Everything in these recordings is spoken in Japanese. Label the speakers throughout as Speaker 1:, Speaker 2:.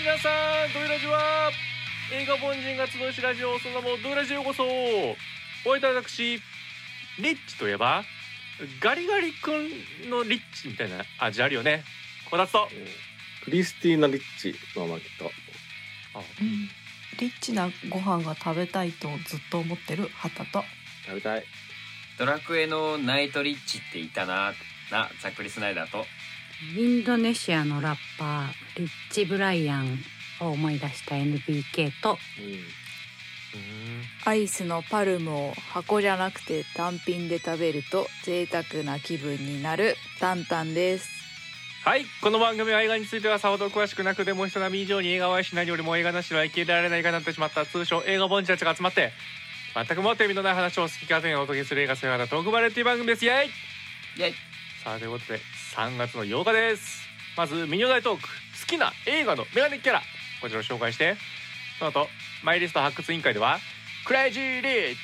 Speaker 1: 皆さんドイラジは映画凡人が集うしラジオその名もドイラジへようこそお相手は私リッチといえばガリガリ君のリッチみたいな味あるよねこたつと
Speaker 2: クリスティーナ・リッチのマキと
Speaker 3: うんリッチなご飯が食べたいとずっと思ってるハタと
Speaker 2: 食べたい
Speaker 4: ドラクエのナイトリッチっていたななザックリスナイダーと
Speaker 5: インドネシアのラッパーリッチ・ブライアンを思い出した NBK と。
Speaker 6: アイスのパルムを箱じゃなくて単品で食べると贅沢な気分になるタンタンです
Speaker 1: はいこの番組は映画についてはさほど詳しくなくでも人並み以上に映画を愛し何よりも映画なしでは生きられない映画になってしまった通称映画凡人たちが集まって全くもって意味のない話を好き勝手にお届けする映画世話なトークバラエティ番組ですイエイ
Speaker 4: イエイ
Speaker 1: さあということで3月の8日ですまずミニオ大トーク好きな映画のメガネキャラこちらを紹介してその後マイリスト発掘委員会ではクレイジーリッチ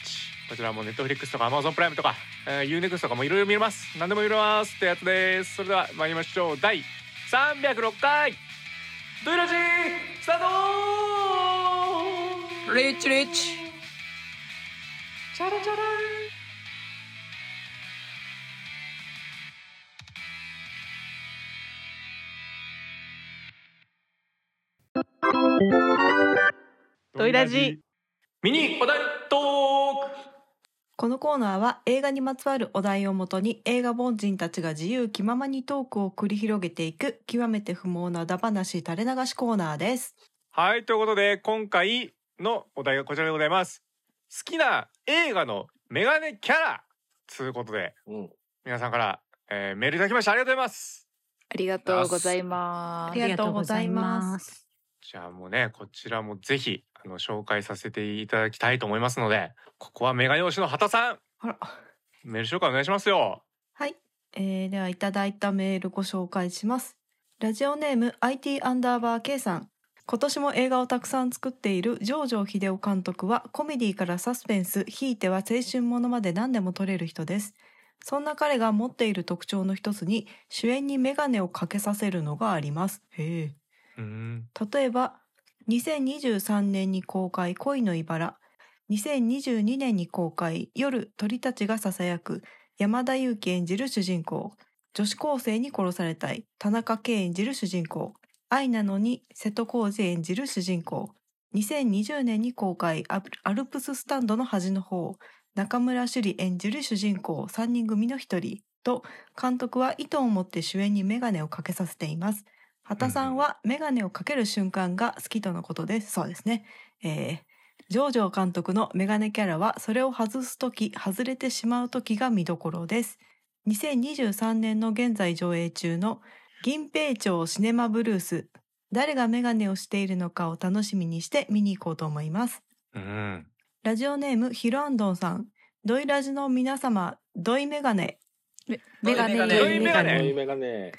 Speaker 1: こちらもネットフリックスとかアマゾンプライムとか、えー、ユーネクスとかもいろいろ見れます何でも見れますってやつですそれでは参りましょう第306回ドイラジースタート
Speaker 4: リッチリッチ
Speaker 1: チャラチャラ
Speaker 7: ドイラジ
Speaker 1: ミニお題トーク
Speaker 3: このコーナーは映画にまつわるお題をもとに映画凡人たちが自由気ままにトークを繰り広げていく極めて不毛なだ話垂れ流しコーナーです
Speaker 1: はい、ということで、今回のお題がこちらでございます。好きな映画のメガネキャラということで、
Speaker 2: うんうん
Speaker 1: 皆さんから、えーメールいただきましてありがとうございます。
Speaker 6: ありがとうございま
Speaker 3: あ
Speaker 6: す
Speaker 3: りがとうございます
Speaker 1: じゃあもうね、こちらもぜひ、あの、紹介させていただきたいと思いますので、ここはメガネ推しの畑さん、
Speaker 3: あら
Speaker 1: メール紹介お願いしますよ。
Speaker 3: はい、えー、ではいただいたメールご紹介しますラジオネーム IT アンダーバー K さん今年も映画をたくさん作っている上場秀夫監督はコメディからサスペンスひいては青春ものまで何でも撮れる人ですそんな彼が持っている特徴の一つに主演にメガネをかけさせるのがありますへえ
Speaker 1: うん。
Speaker 3: 例えば2023年に公開「恋の茨」2022年に公開「夜鳥たちがささやく」山田裕貴演じる主人公女子高生に殺されたい田中圭演じる主人公愛なのに瀬戸康二演じる主人公2020年に公開アルアルプススタンドの端の方中村朱里演じる主人公3人組の一人と監督は意図を持って主演にメガネをかけさせています畑さんはメガネをかける瞬間が好きとのことですそうですねえージョージョ監督のメガネキャラはそれを外すとき、外れてしまうときが見どころです。2023年の現在上映中の銀平町シネマブルース。誰がメガネをしているのかを楽しみにして見に行こうと思います。
Speaker 1: うん。
Speaker 3: ラジオネームヒロアンドンさん。ドイラジの皆様、ドイメガネ。
Speaker 6: メガネ
Speaker 4: メガネ
Speaker 1: ドイメガ
Speaker 2: こうい
Speaker 1: ネ
Speaker 2: うメガネ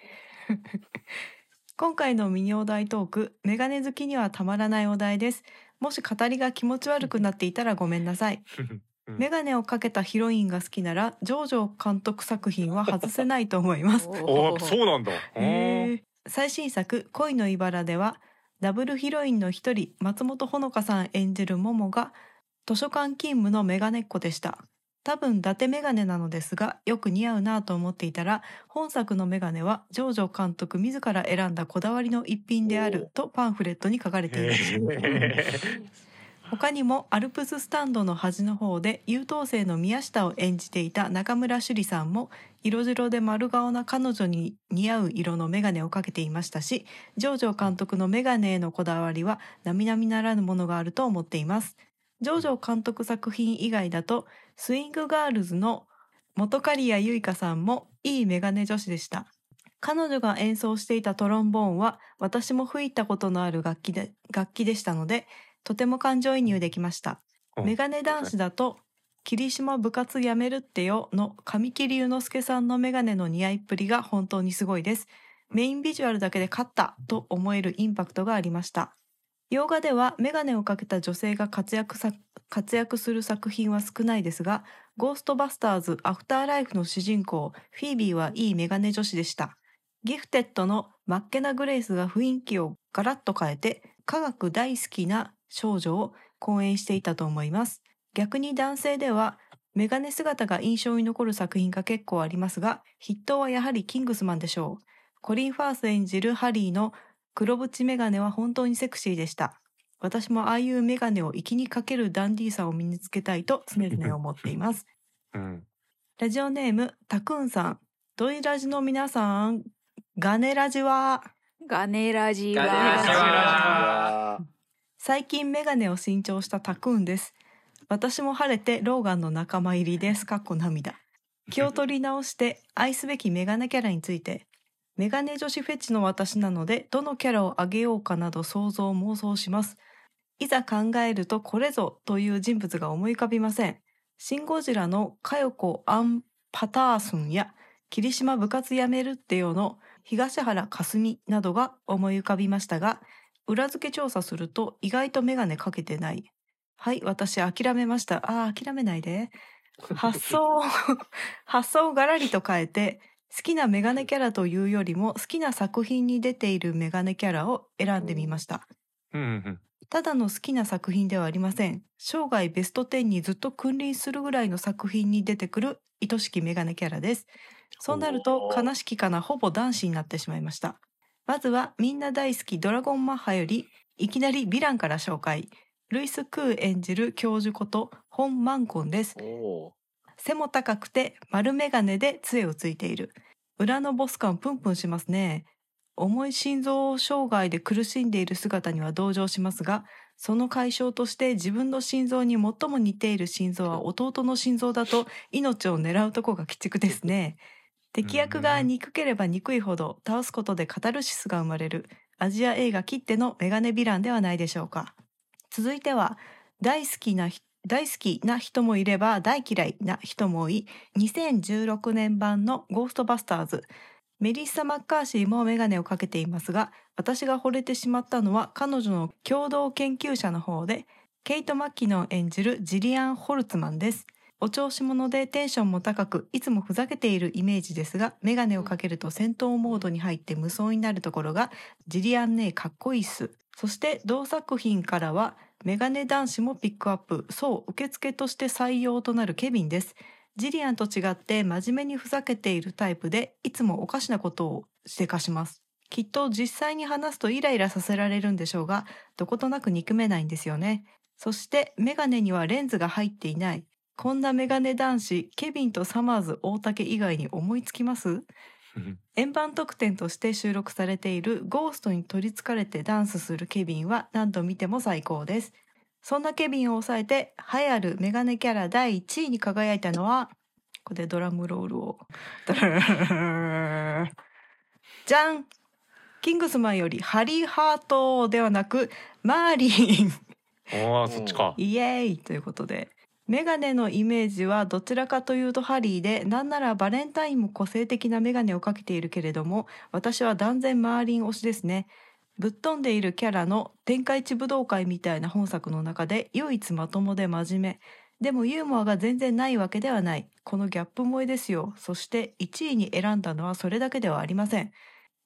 Speaker 3: 今回のミニお題トーク、メガネ好きにはたまらないお題です。もし語りが気持ち悪くなっていたらごめんなさい。
Speaker 1: うん
Speaker 3: メガネをかけたヒロインが好きなら、ジョージョ監督作品は外せないと思います。
Speaker 1: おーそうなんだ。
Speaker 3: へー最新作「恋の茨」ではダブルヒロインの一人松本穂香さん演じるモモが図書館勤務のメガネっ子でした多分伊達メガネなのですがよく似合うなぁと思っていたら本作のメガネはジョージョ監督自ら選んだこだわりの一品であるとパンフレットに書かれていまし
Speaker 1: へ
Speaker 3: た
Speaker 1: ー
Speaker 3: 他にもアルプススタンドの端の方で優等生の宮下を演じていた中村朱里さんも色白で丸顔な彼女に似合う色のメガネをかけていましたしジョージョ監督のメガネへのこだわりは並々ならぬものがあると思っていますジョージョ監督作品以外だとスイングガールズの元刈谷結花さんもいいメガネ女子でした彼女が演奏していたトロンボーンは私も吹いたことのある楽器で楽器でしたのでとても感情移入できました。
Speaker 1: うん
Speaker 3: メガネ男子だと、霧島部活やめるってよの神木隆之介さんのメガネの似合いっぷりが本当にすごいです。メインビジュアルだけで勝ったと思えるインパクトがありました。洋画ではメガネをかけた女性が活躍さ活躍する作品は少ないですが、ゴーストバスターズアフターライフの主人公フィービーはいいメガネ女子でした。ギフテッドのマッケナ・グレイスが雰囲気をガラッと変えて科学大好きな少女を講演していたと思います。逆に男性ではメガネ姿が印象に残る作品が結構ありますが、筆頭はやはりキングスマンでしょう。コリン・ファース演じるハリーの黒縁メガネは本当にセクシーでした。私もああいうメガネを息にかけるダンディーさを身につけたいと常々思っています。
Speaker 1: うん。
Speaker 3: ラジオネーム、たくんさん。ドイラジの皆さん、ガネラジは、
Speaker 6: ガネラジは
Speaker 4: ガネラジは
Speaker 3: 最近メガネを新調したたくんです。私も晴れてローガンの仲間入りです。かっこ涙。気を取り直して愛すべきメガネキャラについて、メガネ女子フェチの私なので、どのキャラをあげようかなど想像妄想します。いざ考えるとこれぞという人物が思い浮かびません。シン・ゴジラのカヨコ・アン・パターソンや、霧島部活やめるってよの東原かすみなどが思い浮かびましたが、裏付け調査すると意外とメガネかけてない。はい、私諦めました。ああ、諦めないで。発想を、 発想をガラリと変えて、好きなメガネキャラというよりも好きな作品に出ているメガネキャラを選んでみました。
Speaker 1: うんうん
Speaker 3: ただの好きな作品ではありません。生涯ベスト10にずっと君臨するぐらいの作品に出てくる愛しきメガネキャラです。そうなると悲しきかなほぼ男子になってしまいました。まずはみんな大好きドラゴンマッハよりいきなりヴィランから紹介。ルイス・クー演じる教授ことホン・マンコンです。
Speaker 2: おー
Speaker 3: 背も高くて丸メガネで杖をついている。裏のボス感プンプンしますね。重い心臓障害で苦しんでいる姿には同情しますが、その解消として自分の心臓に最も似ている心臓は弟の心臓だと命を狙うとこが鬼畜ですね。敵役が憎ければ憎いほど倒すことでカタルシスが生まれるアジア映画きってのメガネヴィランではないでしょうか。続いては大好きな人大好きな人もいれば大嫌いな人もい2016年版のゴーストバスターズメリッサ・マッカーシーもメガネをかけていますが私が惚れてしまったのは彼女の共同研究者の方でケイト・マッキノン演じるジリアン・ホルツマンですお調子者でテンションも高くいつもふざけているイメージですがメガネをかけると戦闘モードに入って無双になるところがジリアンねえかっこいいっすそして同作品からはメガネ男子もピックアップそう受付として採用となるケビンですジリアンと違って真面目にふざけているタイプでいつもおかしなことをしてかしますきっと実際に話すとイライラさせられるんでしょうがどことなく憎めないんですよねそしてメガネにはレンズが入っていないこんなメガネ男子ケビンとサマーズ大竹以外に思いつきます
Speaker 1: うん。
Speaker 3: 円盤特典として収録されているゴーストに取りつかれてダンスするケビンは何度見ても最高です。そんなケビンを抑えて栄えあるメガネキャラ第1位に輝いたのは、ここでドラムロールを。ダラララララじゃんキングスマンよりハリーハートではなく、マーリン
Speaker 1: ああそっちか。
Speaker 3: イエーイということで。メガネのイメージはどちらかというとハリーで、なんならバレンタインも個性的なメガネをかけているけれども、私は断然マーリン推しですね。ぶっ飛んでいるキャラの天下一武道会みたいな本作の中で唯一まともで真面目。でもユーモアが全然ないわけではない。このギャップ萌えですよ。そして1位に選んだのはそれだけではありません。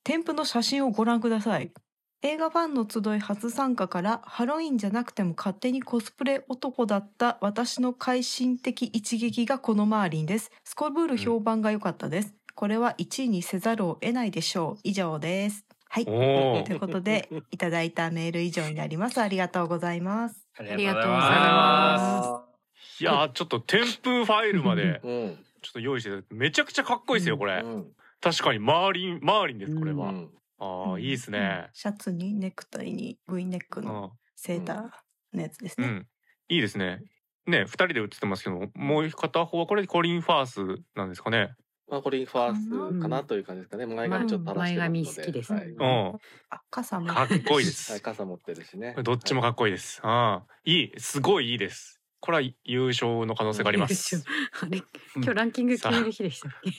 Speaker 3: 添付の写真をご覧ください。映画ファンの集い初参加からハロウィンじゃなくても勝手にコスプレ男だった私の会心的一撃がこのマーリンです。すこぶる評判が良かったです。これは1位にせざるを得ないでしょう。以上です。はい。と
Speaker 1: おお。
Speaker 3: いうことで、いただいたメール以上になります。ありがとうございます。
Speaker 4: あ
Speaker 5: りがとうござい
Speaker 4: ま
Speaker 5: ます
Speaker 1: いやーちょっと添付ファイルま で
Speaker 2: うん
Speaker 1: ちょっと用意してめちゃくちゃかっこいいですよこ
Speaker 2: う
Speaker 1: れ。
Speaker 2: ん
Speaker 1: 確かにマーリンマーリンですこれ
Speaker 2: う
Speaker 1: は。
Speaker 2: ん
Speaker 1: ああいいですね。
Speaker 3: シャツにネクタイにグイネック
Speaker 1: う
Speaker 3: の
Speaker 1: ん。
Speaker 3: セーターのやつです
Speaker 1: う
Speaker 3: ね。
Speaker 1: ん。いいですね。ね二人で写ってますけどもう片方はこれコリンファースなんですかね。
Speaker 2: まあこれファースかなという感じですかね前髪ちょっと垂らしてますの
Speaker 5: 前髪好きです
Speaker 2: はい
Speaker 1: うん。
Speaker 3: あ、傘も。
Speaker 1: かっこいいです。
Speaker 2: はい傘持ってるしね
Speaker 1: これどっちもかっこいいです。ああ、いい、すごいいいです。これは優勝の可能性があります。
Speaker 5: あれ今日ランキング決める日でしたっけ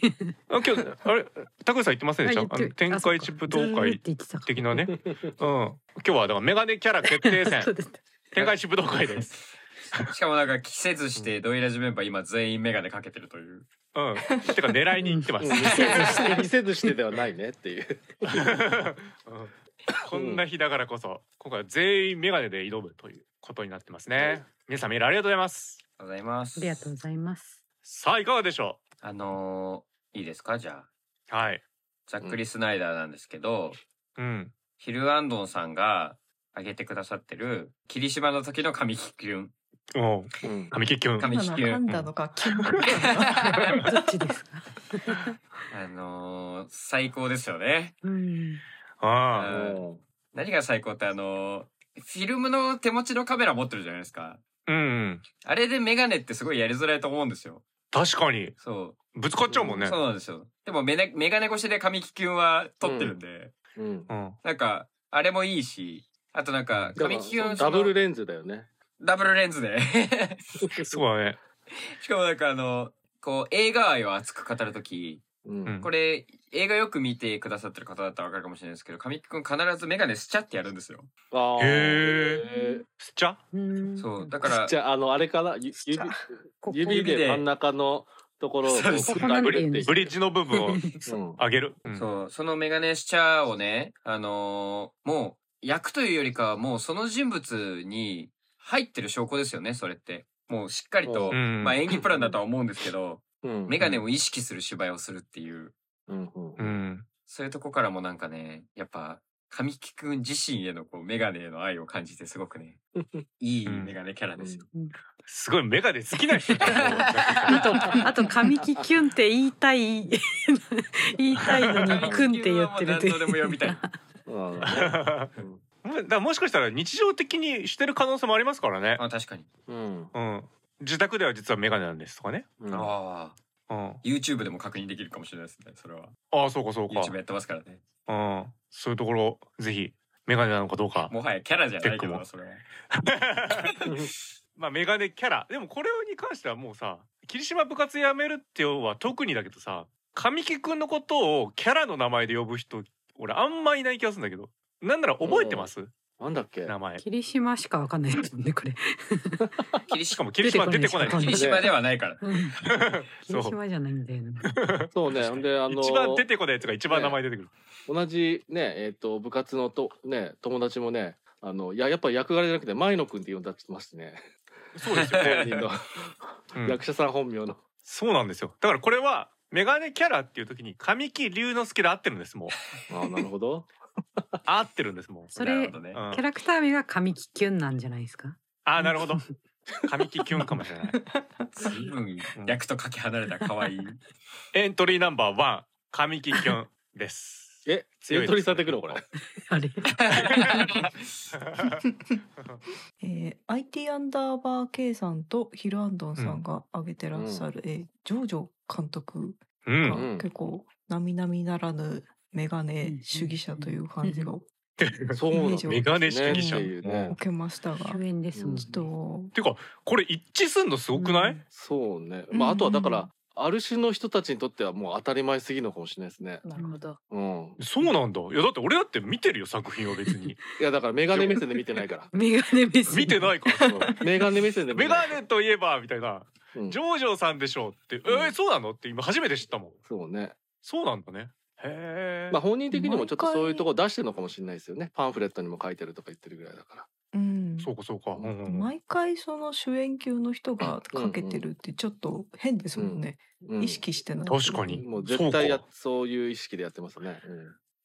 Speaker 1: あ今日、あれ、たくさん言ってませんでした。
Speaker 5: あ
Speaker 1: あ
Speaker 5: 言って
Speaker 1: の天下一武道
Speaker 5: あそっかずーっ
Speaker 1: 会
Speaker 5: て言ってたか
Speaker 1: 的なね。うん、今日はだからメガネキャラ決定
Speaker 5: そう
Speaker 1: 戦、
Speaker 5: ですね
Speaker 1: 天下一武道会です。
Speaker 4: す。しかもなんか季節してドイラジメンバー今全員メガネかけてるという。
Speaker 1: うん、てか狙いに行ってます。
Speaker 2: 見せずして見せずしてではないねっていう
Speaker 1: うんこんな日だからこそ今回は全員メガネで挑むということになってますね皆さんメールありがとうございます
Speaker 4: とうございます。
Speaker 5: ありがとうございます。
Speaker 1: さあいかがでしょ
Speaker 4: あのーいいですかじゃ
Speaker 1: う
Speaker 4: あ。
Speaker 1: はい
Speaker 4: ざっくりスナイダーなんですけど、
Speaker 1: うん
Speaker 4: ヒルアンドンさんが上げてくださってる、霧島の時の神木くん。
Speaker 1: おう
Speaker 2: うん
Speaker 1: 神木君
Speaker 4: 神
Speaker 3: 今
Speaker 4: 木く
Speaker 3: の 噛ん
Speaker 4: ん。
Speaker 3: だのかキモか な
Speaker 5: どっちですか。
Speaker 4: あのー最高ですよね。
Speaker 5: うん。
Speaker 1: あ
Speaker 4: う
Speaker 2: おう
Speaker 4: 何が最高ってあのーフィルムの手持ちのカメラ持ってるじゃないですか。
Speaker 1: あうん
Speaker 4: あれでメガネってすごいやりづらいと思うんですよ。
Speaker 1: 確かに
Speaker 4: そ
Speaker 1: ぶつかっちゃうもん
Speaker 4: う。
Speaker 1: ね
Speaker 4: そうなんですよ。でもメガメガネ越しで神木くんは撮ってるんで、
Speaker 2: うん
Speaker 1: うん
Speaker 4: なんか、あれもいいし、あとなん
Speaker 2: だ
Speaker 4: か、
Speaker 2: か
Speaker 4: 神
Speaker 2: ら
Speaker 4: 木くん
Speaker 2: ダブル
Speaker 4: レ
Speaker 2: レンズだよね。
Speaker 4: ダブルレンズで。
Speaker 1: そうだね
Speaker 4: しかもなんかあの、こう映画愛を熱く語るとき、
Speaker 2: うん
Speaker 1: うん
Speaker 4: これ映画よく見てくださってる方だったらわかるかもしれないですけど、神木くん必ずメガネスチャってやるんですよ。
Speaker 2: あー
Speaker 1: へすっちゃ
Speaker 5: うん
Speaker 4: そう、だ
Speaker 2: ち
Speaker 4: か
Speaker 2: っ
Speaker 4: ら、
Speaker 2: ちゃあのあれからゆ
Speaker 3: ちっ
Speaker 2: 指
Speaker 3: ちゃ
Speaker 5: ここ
Speaker 2: 指で真ん中のところを
Speaker 4: そうです
Speaker 2: こうダブルって
Speaker 1: ブリッジの部分を
Speaker 2: うん
Speaker 1: 上げる、うん
Speaker 4: そう、そのメガネスチャをね、あのーもう焼くというよりかはもうその人物に入ってる証拠ですよね、それって。もうしっかりと、
Speaker 1: うん
Speaker 4: まあ演技プランだとは思うんですけど、
Speaker 2: うん
Speaker 4: メガネを意識する芝居をするっていう、
Speaker 2: うんうん
Speaker 1: うん
Speaker 4: そういうとこからもなんかね、やっぱ、神木くん自身へのこうメガネへの愛を感じてすごくね、いいメガネキャラですよ。
Speaker 1: すごいメガネ好きな人
Speaker 5: あと、あと、神木キュンって言い たい、言いたいのに、くんって言ってると
Speaker 4: 神木キュンはもう何
Speaker 5: い
Speaker 4: 度でも呼びたい
Speaker 2: うん うん
Speaker 1: だからもしかしたら日常的にしてる可能性もありますからね。
Speaker 4: あ、確かに。
Speaker 2: うん
Speaker 1: うん。自宅では実はメガネなんですとかね。
Speaker 2: うん
Speaker 4: あ
Speaker 1: う
Speaker 4: あ。
Speaker 1: ん。
Speaker 4: YouTube でも確認できるかもしれないですね、それは。
Speaker 1: ああそうかそうか。
Speaker 4: YouTube やってますからね。
Speaker 1: うん。そういうところぜひメガネなのかどうか。
Speaker 4: もはやキャラじゃないけ
Speaker 1: 結構
Speaker 4: ど、
Speaker 1: も
Speaker 4: それは。
Speaker 1: まあメガネキャラ。でもこれに関してはもうさ、霧島部活やめるっていうのは特にだけどさ、神木くんのことをキャラの名前で呼ぶ人、俺あんまいない気がするんだけど。なんなら覚えてます
Speaker 2: なんだっけ
Speaker 1: 名前。
Speaker 5: 霧島しかわかんないですもんね、これ。
Speaker 4: 霧
Speaker 1: し
Speaker 4: 島
Speaker 1: かも霧島出てこない。
Speaker 5: 出てこない
Speaker 4: 霧島ではないから。
Speaker 5: うん
Speaker 1: そう
Speaker 5: 霧島じゃないんだよね。
Speaker 2: そうねほんであの
Speaker 1: 一番出てこないやつが一番名前出てくる。
Speaker 2: 同じねえっと部活のとね友達もねあのいややっぱ役柄じゃなくて前野くんって呼んだってま すね
Speaker 1: そうですよ
Speaker 2: 本
Speaker 1: ね。
Speaker 2: 人の
Speaker 1: うん
Speaker 2: 役者さん本名の
Speaker 1: そうなんですよ。だからこれはメガネキャラっていう時に神木隆之介で合ってるんですもう。
Speaker 2: あなるほど
Speaker 1: 合ってるんですもう。
Speaker 5: そ
Speaker 4: なる
Speaker 5: れ
Speaker 4: ほ、どね
Speaker 1: う。ん
Speaker 5: キャラクター名が神木キュンなんじゃないですか。
Speaker 1: あーなるほど。神木キュンかもしれ ない。
Speaker 4: 随分、役とかけ離れた可愛い。
Speaker 1: エントリーナンバーワン神木キュンです。
Speaker 2: え
Speaker 1: 強いです
Speaker 2: エントリーされてくのこれ
Speaker 5: あれ。
Speaker 3: えー IT アンダーバー K さんとヒルアンドンさんが挙げてらっしゃる、えージョージョ監督
Speaker 1: う
Speaker 3: が
Speaker 1: ん。
Speaker 3: 結構並々ならぬメガネ主義者という感じが受
Speaker 2: そうなんですね
Speaker 1: メガネ主義者。
Speaker 2: っていうね
Speaker 3: けましたが、ち
Speaker 5: 主演ですもんね。
Speaker 3: ょっ
Speaker 1: てかこれ一致すんのすごくない？
Speaker 2: そうねまああとはだからある種の人たちにとってはもう当たり前すぎるのかもしれないですね
Speaker 6: なるほど。
Speaker 2: うん
Speaker 1: そうなんだ。いやだって俺だって見てるよ作品は 別に。
Speaker 2: いやだからメガネ目線で見てないから
Speaker 5: メガネ目線。
Speaker 1: 見て
Speaker 5: い。
Speaker 1: ないから。
Speaker 2: メガネ目線で
Speaker 1: メガネといえばみたいな
Speaker 2: ネ、うん
Speaker 1: ジョージョさんでしょうって、
Speaker 2: うん
Speaker 1: えー、そうなのって今初めて知ったもん。
Speaker 2: そうね
Speaker 1: そうなんだね。へえ。
Speaker 2: まあ本人的にもちょっとそういうとこ出してるのかもしれないですよねパンフレットにも書いてるとか言ってるぐらいだから
Speaker 3: と、うん、
Speaker 1: そうかそうか。うんうんうん
Speaker 3: 毎回その主演級の人がかけてるってちょっと変ですもんね、、
Speaker 2: うん
Speaker 3: 意識してない
Speaker 1: 確かに
Speaker 2: もう絶対や
Speaker 1: そう
Speaker 2: そういう意識でやってますね、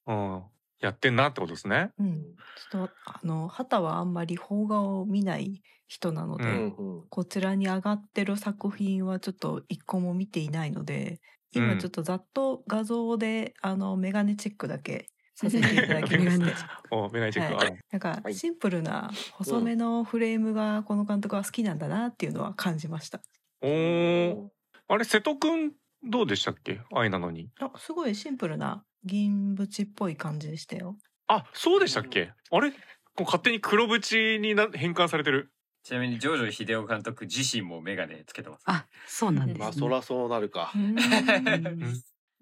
Speaker 1: うん、やってんなってことですね。
Speaker 3: う
Speaker 2: うん
Speaker 3: ん、ちょっとあの畑はあんまり邦画を見ない人なので、
Speaker 1: う
Speaker 2: うん
Speaker 1: ん
Speaker 2: うん
Speaker 3: こちらに上がってる作品はちょっと一個も見ていないので
Speaker 1: う
Speaker 3: 今
Speaker 1: ん
Speaker 3: ちょっとざっと画像であのメガネチェックだけさせていただき ま
Speaker 5: メガ
Speaker 3: し
Speaker 5: ネ
Speaker 3: て
Speaker 5: チェ
Speaker 1: お、メガネチェック。
Speaker 3: は
Speaker 1: あ
Speaker 3: なんか
Speaker 2: はい
Speaker 3: シンプルな細めのフレームがこの監督は好きなんだなっていうのは感じました。
Speaker 1: おーあれ瀬戸くんどうでしたっけ？愛なのに。
Speaker 3: あすごいシンプルな銀縁っぽい感じでしたよ。
Speaker 1: あ、そうでしたっけ？あれ、こう勝手に黒縁にな変換されてる。
Speaker 4: ちなみに、ジョージョ秀夫監督自身もメガネつけてます。
Speaker 5: あ、そうなんです、ね。
Speaker 2: まあそらそうなるか、
Speaker 3: うん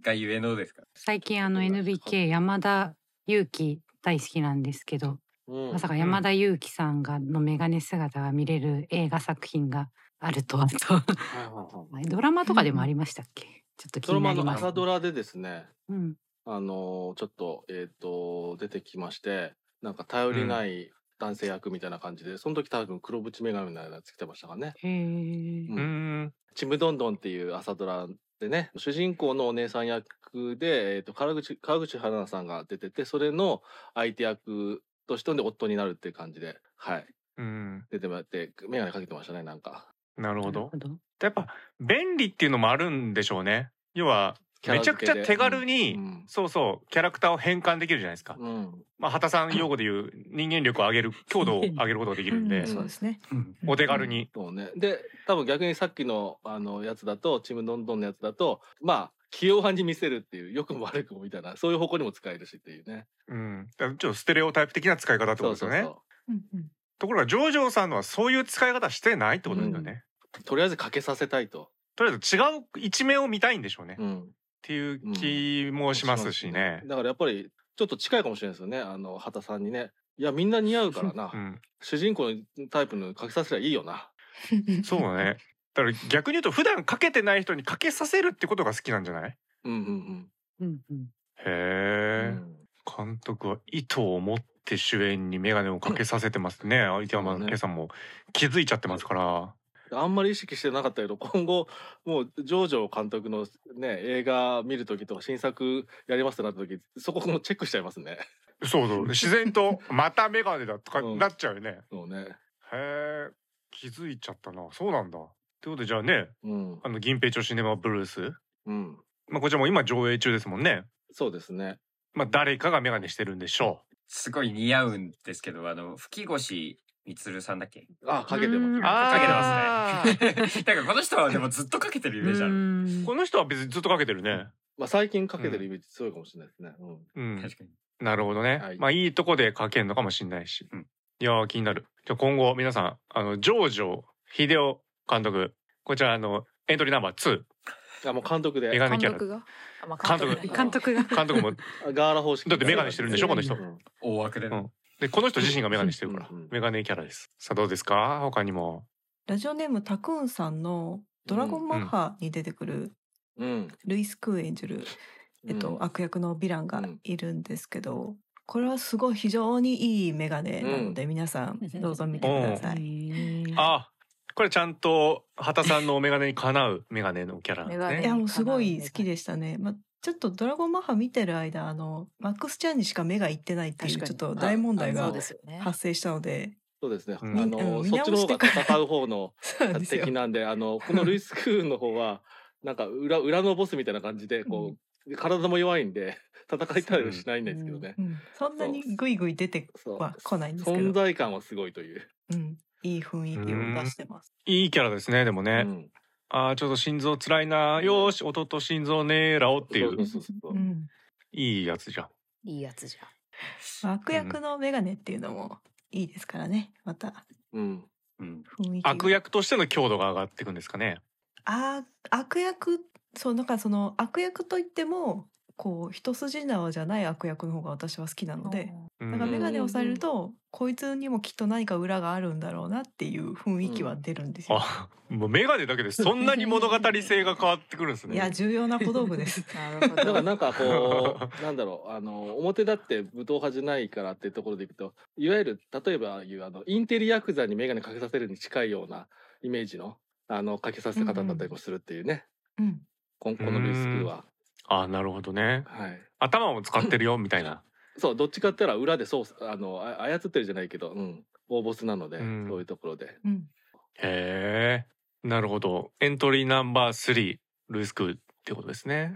Speaker 4: がゆえのですから。
Speaker 5: 最近あの NBK 山田裕貴大好きなんですけど、
Speaker 2: うん
Speaker 5: まさか山田裕貴さんがのメガネ姿が見れる映画作品があるとはと
Speaker 2: はいはいはい
Speaker 5: ドラマとかでもありましたっけ、ちょっと気
Speaker 2: ドラ
Speaker 5: に
Speaker 2: マ
Speaker 5: なり
Speaker 2: の
Speaker 5: ます
Speaker 2: 朝ドラでですね
Speaker 5: うん
Speaker 2: あのちょっとえっ、と出てきましてなんか頼りない男性役みたいな感じで、その時多分黒縁眼鏡みたいなやつ着てましたからね。
Speaker 5: へ
Speaker 2: う
Speaker 5: え。
Speaker 1: うーん
Speaker 2: ちむどんどんっていう朝ドラでね主人公のお姉さん役で、えー、と川口川口春奈さんが出ててそれの相手役としての夫になるっていう感じではい
Speaker 1: うん
Speaker 2: 出てもらって眼鏡かけてましたねなんか
Speaker 1: なるほ
Speaker 5: な
Speaker 1: ど
Speaker 5: るほど。
Speaker 1: やっぱ便利っていうのもあるんでしょうね要は
Speaker 2: キャ
Speaker 1: め
Speaker 2: ラ
Speaker 1: ちゃく
Speaker 2: 付
Speaker 1: ち
Speaker 2: け
Speaker 1: ゃ
Speaker 2: で
Speaker 1: 手軽に、
Speaker 2: うん
Speaker 1: そうそうキャラクターを変換できるじゃないですか、
Speaker 2: うん
Speaker 1: まあ畑さん用語で言う人間力を上げる強度を上げることができるんで、
Speaker 3: うんそうですね。
Speaker 4: うん
Speaker 1: お手軽に、
Speaker 2: そうねで多分逆にさっきのあのやつだとちむどんどんのやつだとまあ器用派に見せるっていう良くも悪くもみたいなそういう方向にも使えるしっていうね
Speaker 1: うん、だからちょっとステレオタイプ的な使い方ってことですよね
Speaker 2: そうそう
Speaker 3: うんうん
Speaker 1: ところがジョージョーさんのはそういう使い方してないってことですよね、
Speaker 2: そうとりあえずかけさせたいと、
Speaker 1: とりあえず違う一面を見たいんでしょうね、っ
Speaker 2: うん、
Speaker 1: ていう気もしますしね、
Speaker 2: だからやっぱりちょっと近いかもしれないですよねあの畑さんにねいやみんな似合うからな、
Speaker 1: うん、
Speaker 2: 主人公のタイプの書きさせりゃいいよな
Speaker 1: そうだねだから逆に言うと普段かけてない人にかけさせるってことが好きなんじゃない
Speaker 2: うんうん
Speaker 5: うんうん。
Speaker 1: へ
Speaker 2: うん、
Speaker 1: え、
Speaker 2: うん
Speaker 1: 監督は意図を持って主演に眼鏡をかけさせてますね相手はまあ
Speaker 2: そうだね
Speaker 1: 今朝も気づいちゃってますから
Speaker 2: あんまり意識してなかったけど今後もうジョージョ監督のね映画見る時とか新作やりますってなった時そこもチェックしちゃいますね
Speaker 1: そうそう自然と「また眼鏡だ」とか
Speaker 2: うん
Speaker 1: なっちゃうよね、
Speaker 2: そうね
Speaker 1: へえ気づいちゃったなそうなんだってことでじゃあね
Speaker 2: うん
Speaker 1: あの銀平町シネマブルース
Speaker 2: うん
Speaker 1: まあこちらも今上映中ですもんね
Speaker 2: そうですね
Speaker 1: まあ誰かが眼鏡してるんでしょ
Speaker 4: すごい似合うんですけど、あの、吹越充さんだっけ
Speaker 2: あかけて
Speaker 5: う
Speaker 2: ま
Speaker 1: う
Speaker 5: ー
Speaker 2: す
Speaker 5: ん
Speaker 4: かけてます
Speaker 1: ね
Speaker 4: なんかこの人はでもずっとかけてるイメージある。
Speaker 1: この人は別にずっとかけてるね
Speaker 2: まあ最近かけてるイメージ強いかもしれないですね、うん
Speaker 1: うん
Speaker 4: 確かに。
Speaker 1: なるほどね、
Speaker 2: はい
Speaker 1: まあいいとこでかけるのかもしれないし、
Speaker 4: うん
Speaker 1: いやー気になるじゃあ今後皆さんあのジョージョ秀夫監督こちらあのエントリーナンバー
Speaker 2: あもう監督で
Speaker 1: メガネ
Speaker 6: 監
Speaker 1: キャラ
Speaker 6: 督があま
Speaker 1: 監
Speaker 6: あ
Speaker 1: 督
Speaker 6: が
Speaker 5: 監督が
Speaker 1: 2監督 も
Speaker 2: あガーラ方式
Speaker 1: だって眼鏡してるんでしょこの人
Speaker 2: うん
Speaker 4: 大枠でね。
Speaker 1: うんでこの人自身が眼鏡してるから、
Speaker 2: うんうん
Speaker 1: メガネキャラですさあどうですか他にも
Speaker 3: ラジオネームタクーンさんのドラゴンマッハに出てくる
Speaker 2: うん
Speaker 3: ルイス・クー演じる、えっと、悪役のヴィランがいるんですけど、これはすごい非常にいいメガネなので、皆さんどうぞ見てください。
Speaker 1: あこれちゃんと畑さんのお眼鏡にかなう眼鏡のキャラなんです
Speaker 6: 眼
Speaker 3: い
Speaker 1: ね
Speaker 6: 鏡
Speaker 3: やもうすごい好きでしたね。まあちょっとドラゴンマッハ見てる間、あのマックスちゃんにしか目がいってないっていう
Speaker 6: 確か
Speaker 3: ちょ
Speaker 6: に
Speaker 3: っと大問題
Speaker 6: そう
Speaker 3: が
Speaker 6: ですよね
Speaker 3: 発生したので、
Speaker 2: そうですね。
Speaker 1: うん
Speaker 2: あの、
Speaker 3: うん
Speaker 2: そっちの方
Speaker 3: 見直して
Speaker 2: が
Speaker 3: から
Speaker 2: 戦う方の
Speaker 3: そうなんですよ
Speaker 2: 敵。なんで、あの、このルイス・クーンの方は、 なんか裏、裏のボスみたいな感じで、こう、体も弱いんで、 戦いたりはしないんですけどね
Speaker 3: う。んそんなにグイグイ出て
Speaker 2: そう。
Speaker 3: は来ないんですけ
Speaker 2: 存
Speaker 3: ど、
Speaker 2: 在感はすごいという。
Speaker 3: うん、いい雰囲気を出してます。
Speaker 1: いいキャラですねでも
Speaker 2: う
Speaker 1: ね、
Speaker 2: ん。
Speaker 1: あーちょっと心臓つらいなよーし弟心臓ねーらおってい
Speaker 2: そううそうそうそう
Speaker 3: う。ん、
Speaker 1: いいやつじゃん
Speaker 6: いいやつじゃん
Speaker 3: 悪役のメガネっていうのもいいですからね。また
Speaker 2: うん。
Speaker 4: うん。
Speaker 3: 雰囲気が。
Speaker 1: 悪役としての強度が上がっていくんですかね
Speaker 3: あー悪役そうなんかその悪役といってもこう一筋縄じゃない悪役の方が私は好きなので、
Speaker 1: う
Speaker 3: なんか眼
Speaker 1: ん、
Speaker 3: 鏡をされると、こいつにもきっと何か裏があるんだろうなっていう雰囲気は出るんですよ。
Speaker 1: あもう眼鏡だけでそんなに物語性が変わってくるんですね
Speaker 3: いや重要な小道具です。
Speaker 6: な
Speaker 2: だ
Speaker 6: るほ
Speaker 2: から
Speaker 6: ど
Speaker 2: なんかこう、 なんだろう、あの、表だって武闘派じゃないからっていうところでいくと、いわゆる、例えばいう、あの、インテリヤクザにメガネかけさせるに近いようなイメージの、あの、かけさせ方だったりもするっていうね。
Speaker 3: うん、
Speaker 2: 今このルイス・クーンは。
Speaker 1: あなるほどね
Speaker 2: はい。
Speaker 1: 頭も使ってるよみたいな
Speaker 2: そう、どっちかって言ったら裏でそう、あの、あ操ってるじゃないけど、うん、大ボスなので、
Speaker 1: うん
Speaker 2: そういうところで。
Speaker 3: うん、
Speaker 1: へえなるほどエントリーナンバー3ルイスクーってことですね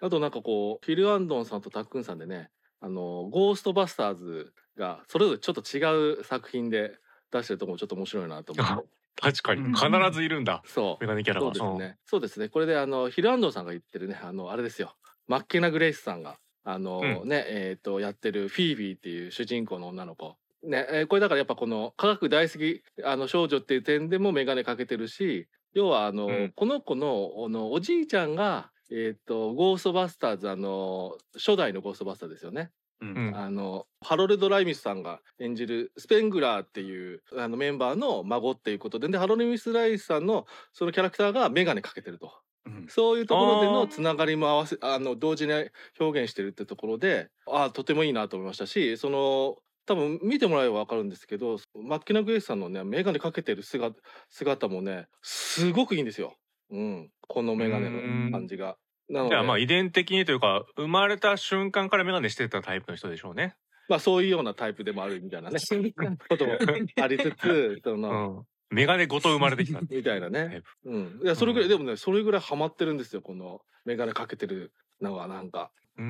Speaker 2: あとなんかこう、フィル・アンドンさんとタックンさんでね、あの、ゴーストバスターズが、それぞれちょっと違う作品で出してるとこもちょっと面白いなと思
Speaker 1: あ
Speaker 2: う。
Speaker 1: 確かに
Speaker 5: うん
Speaker 1: 必ずいるんだ、
Speaker 2: そう
Speaker 1: メ。ガネキャラ
Speaker 2: そ
Speaker 1: が
Speaker 2: うですね。そうですね。これであの、フィル・アンドンさんが言ってるね、あの、あれですよ。マッケナ・グレイスさんが、あの、
Speaker 1: うん
Speaker 2: ね、えっ、と、やってるフィービーっていう主人公の女の子。ね、えーこれだからやっぱこの科学大好きあの少女っていう点でも眼鏡かけてるし要はあの、
Speaker 1: うん
Speaker 2: この子のあのおじいちゃんが、えっとゴーストバスターズあの初代のゴーストバスターですよね、
Speaker 4: う。
Speaker 1: うんん
Speaker 2: あのハロルド・ライミスさんが演じるスペングラーっていうあのメンバーの孫っていうことででハロルミス・ライミスさんのそのキャラクターが眼鏡かけてると。
Speaker 4: うん
Speaker 2: そういうところでのつながりも合わせあの同時に表現してるってところでああとてもいいなと思いましたしその多分見てもらえば分かるんですけどマッキナ・グレイスさんのね眼鏡かけてる姿姿もねすごくいいんですよ、うん、この眼鏡の感じが。なの
Speaker 1: じ
Speaker 2: で
Speaker 1: ゃあまあ遺伝的にというか生まれた瞬間からメガネしてたタイプの人でしょうね。
Speaker 2: まあそういうようなタイプでもあるみたいな ねこともありつつそうの、
Speaker 1: ん。メガネごと生まれてきた。
Speaker 2: みたいなね
Speaker 1: タイプ。
Speaker 2: うん、いやそれぐらい、
Speaker 1: うん
Speaker 2: でもねそれぐらいハマってるんですよこの眼鏡かけてるのがなんか
Speaker 1: うー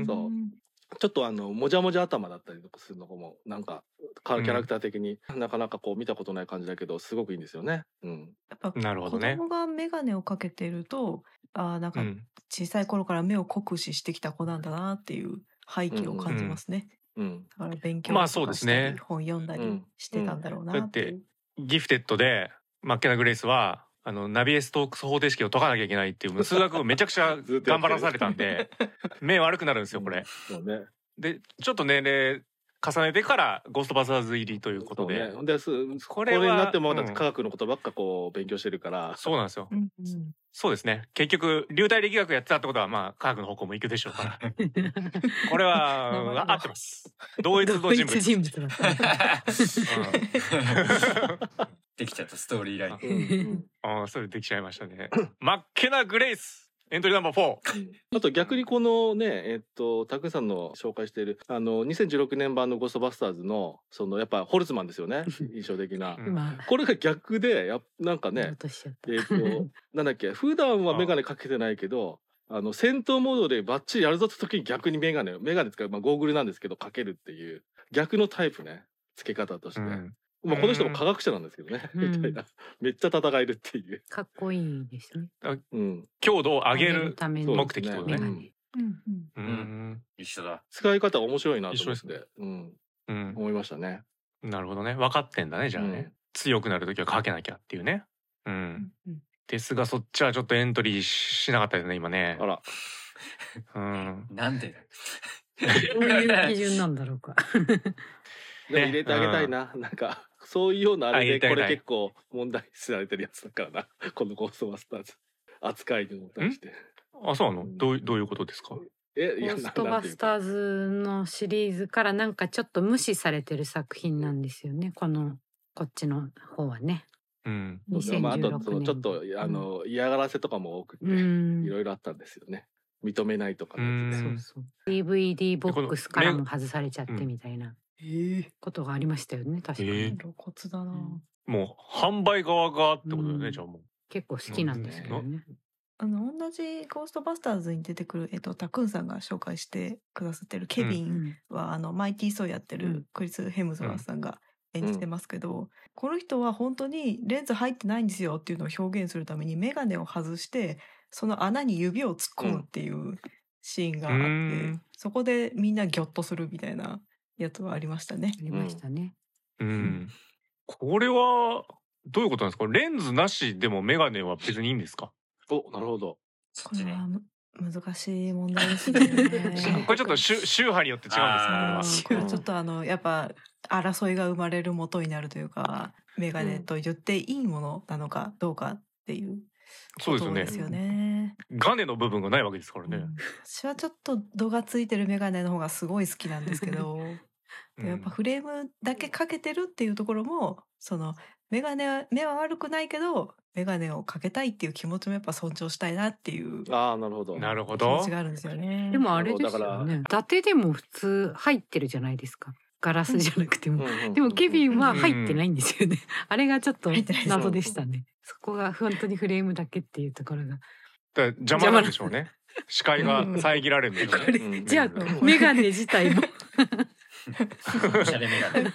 Speaker 1: ん。
Speaker 2: そうちょっとあのもじゃもじゃ頭だったりとかするのもなんかか
Speaker 1: うん
Speaker 2: キャラクター的に、なかなかこう見たことない感じだけどすごくいいんですよね。うん、
Speaker 3: やっぱ
Speaker 1: なるほ
Speaker 3: 子
Speaker 1: どね。
Speaker 3: 供が眼鏡をかけてると、あーなん
Speaker 1: う
Speaker 3: か
Speaker 1: ん。
Speaker 3: 小さい頃から目を酷使してきた子なんだなっていう背景を感じますね。
Speaker 2: うん、
Speaker 3: だから勉強
Speaker 1: まあ
Speaker 3: とかしたり
Speaker 1: そうですね
Speaker 3: 本読んだ
Speaker 2: う
Speaker 3: り
Speaker 2: ん
Speaker 3: してたんだろうなっていう。
Speaker 1: ギフテッドでマッケナ・グレイスはあのナビエストークス方程式を解かなきゃいけないっていう数学をめちゃくちゃ
Speaker 2: ずっと
Speaker 1: 頑
Speaker 2: やっ
Speaker 1: 張
Speaker 2: てる
Speaker 1: らされたんで目悪くなるんですよこれ。
Speaker 2: そうね。
Speaker 1: でちょっと年齢重ねてからゴーストバザーズ入りということ
Speaker 2: そう
Speaker 1: で。
Speaker 2: ね。ほんです
Speaker 1: こ
Speaker 2: こ
Speaker 1: れ
Speaker 2: れ
Speaker 1: は
Speaker 2: になってもま
Speaker 1: う
Speaker 2: だ
Speaker 1: ん
Speaker 2: 科学のことばっかこう勉強して るから。
Speaker 1: そうなんですよ。
Speaker 3: うんうん
Speaker 1: そうですね。結局、流体力学やってたってことは、まあ、科学の方向も行くでしょうから。これは、
Speaker 5: なるほ
Speaker 1: うん
Speaker 5: ど
Speaker 1: 合ってます。同一の 人物。
Speaker 5: 人物だったね。
Speaker 4: できちゃったストーリーライン
Speaker 1: あ。
Speaker 2: うんう
Speaker 1: うん、
Speaker 2: ん
Speaker 1: あーそれできちゃいましたね。マッケナ・グレイス、エントリーナンバー4。
Speaker 2: あと逆にこのね、えっと、たくさんの紹介している、あの、2016年版のゴーストバスターズの、その、やっぱホルツマンですよ ね。印象的な
Speaker 1: う。ん
Speaker 5: まあ、
Speaker 2: これが逆で、やっなんかね
Speaker 5: 落、としちゃった
Speaker 2: えっと、なんだっけ、普段はメガネかけてないけど、あの、戦闘モードでバッチリやるぞって時に逆にメガネ、メガネ使う、まあゴーグルなんですけど、かけるっていう、逆のタイプね、付け方として。
Speaker 1: うん
Speaker 2: まあこの人も科学者なんですけどね、
Speaker 5: うん
Speaker 2: みたいな。 めっちゃ戦えるっていう。
Speaker 5: かっこいいですね。
Speaker 2: うん。
Speaker 1: 強度を上げ
Speaker 5: 上げ
Speaker 1: る
Speaker 5: る。ため
Speaker 2: そう
Speaker 5: の
Speaker 1: 目的ってことね
Speaker 5: メガ
Speaker 2: うん
Speaker 5: ネ。
Speaker 3: うんうん
Speaker 1: う
Speaker 4: うん
Speaker 1: ん。
Speaker 4: 一緒だ。
Speaker 2: 使い方面白いなと思っ
Speaker 1: 一緒で
Speaker 2: て、うん、
Speaker 1: うん。
Speaker 2: 思いましたね。
Speaker 1: なるほどね。分かってんだね、じゃあね。
Speaker 2: うん
Speaker 1: 強くなるときはかけなきゃっていうね。うん。
Speaker 5: うん
Speaker 1: ですが、そっちはちょっとエントリーししなかったですね、今ね
Speaker 2: あ。ら、
Speaker 1: うん。
Speaker 4: なんで
Speaker 5: どういう基準なんだろ うか。
Speaker 2: でも
Speaker 1: ね
Speaker 2: 入れてあげたいな、なんかそういうようなあ
Speaker 1: あ入れ
Speaker 2: れ
Speaker 1: てあげ
Speaker 2: でこ
Speaker 1: たい
Speaker 2: れ結構問題視されてるやつだからなこの「ゴーストバスターズ」扱いにも対して
Speaker 1: あ、そうなのどうい、どういうことですか
Speaker 2: え
Speaker 5: ゴーストバスター
Speaker 2: ズ
Speaker 5: ズのシリーズからなんかちょっと無視されてる作品なんですよね。この、こっちの方はね。
Speaker 1: うん。
Speaker 5: 2016年。
Speaker 2: まあ、あとそのちょっとあの嫌がらせとかも多くて、
Speaker 5: うん
Speaker 2: いろいろあったんですよね認めないとか
Speaker 1: う
Speaker 2: の
Speaker 1: ん
Speaker 2: やつ
Speaker 5: そ
Speaker 2: ね
Speaker 5: うそう。DVD ボックスからも外されちゃってみたいなことがありましたよね、確か
Speaker 1: え
Speaker 5: に。
Speaker 3: 露骨だな、
Speaker 5: うん
Speaker 1: もう販売側がってことだよね、
Speaker 5: うん
Speaker 1: じゃあもう。
Speaker 5: 結構好きなんですけどね。
Speaker 3: あの同じゴーストバスターズに出てくるえっとタクンさんが紹介してくださってるケビ
Speaker 5: う
Speaker 3: ン
Speaker 5: ん
Speaker 3: は、あのマイティー・ソーやって
Speaker 5: う
Speaker 3: る
Speaker 5: ん
Speaker 3: クリス・ヘムズワースさんが演じてますけど、この人は本当にレンズ入ってないんですよっていうのを表現するために眼鏡を外してその穴に指を突っ込むっていうシーンがあって、
Speaker 1: うん
Speaker 3: そこでみんなギョッとするみたいなやつはありましたね
Speaker 5: あ。りましたね。。
Speaker 1: うん。これは、どういうことなんですかレンズなしでもメガネは別にいいんですか
Speaker 2: おなるほど
Speaker 4: そ
Speaker 3: こ
Speaker 4: っ
Speaker 3: れ
Speaker 4: ち
Speaker 3: は
Speaker 4: ね。
Speaker 3: む難しい問題ですね
Speaker 1: これちょっと宗宗派によって違うんです
Speaker 4: あ
Speaker 1: か
Speaker 4: ー
Speaker 3: これはちょっとあのやっぱ争いが生まれる元になるというかメガネと言っていいものなのかどうかっていう
Speaker 1: そうですよ
Speaker 3: こと
Speaker 1: ね
Speaker 3: ですよね。
Speaker 1: ガネの部分がないわけですからね。
Speaker 3: 私はちょっと度がついてるメガネの方がすごい好きなんですけど、
Speaker 1: うん
Speaker 3: やっぱフレームだけかけてるっていうところもそのメガネは目は悪くないけどメガネをかけたいっていう気持ちもやっぱ尊重したいなっていう気
Speaker 2: ああなるほど
Speaker 1: なるほ
Speaker 3: 持
Speaker 1: ど
Speaker 3: ち。があるんですよね。
Speaker 5: でもあれで
Speaker 2: だ
Speaker 5: すよ
Speaker 2: か
Speaker 5: ね。伊達でも普通入ってるじゃないですか。ガラスじゃなくても。でもケビ
Speaker 2: ン
Speaker 5: ンは入ってないんですよね。あれがちょっと
Speaker 3: 入ってないです
Speaker 5: 謎でしたね。そこが本当にフレームだけっていうところが。
Speaker 1: だから邪魔なんでしょうね。視界が遮られるんでしょう
Speaker 5: こ
Speaker 1: ね。
Speaker 5: れ、
Speaker 2: うん
Speaker 5: じゃ
Speaker 1: う
Speaker 5: あ
Speaker 3: ん
Speaker 5: メガネ自体も。
Speaker 4: おしゃれメガネ。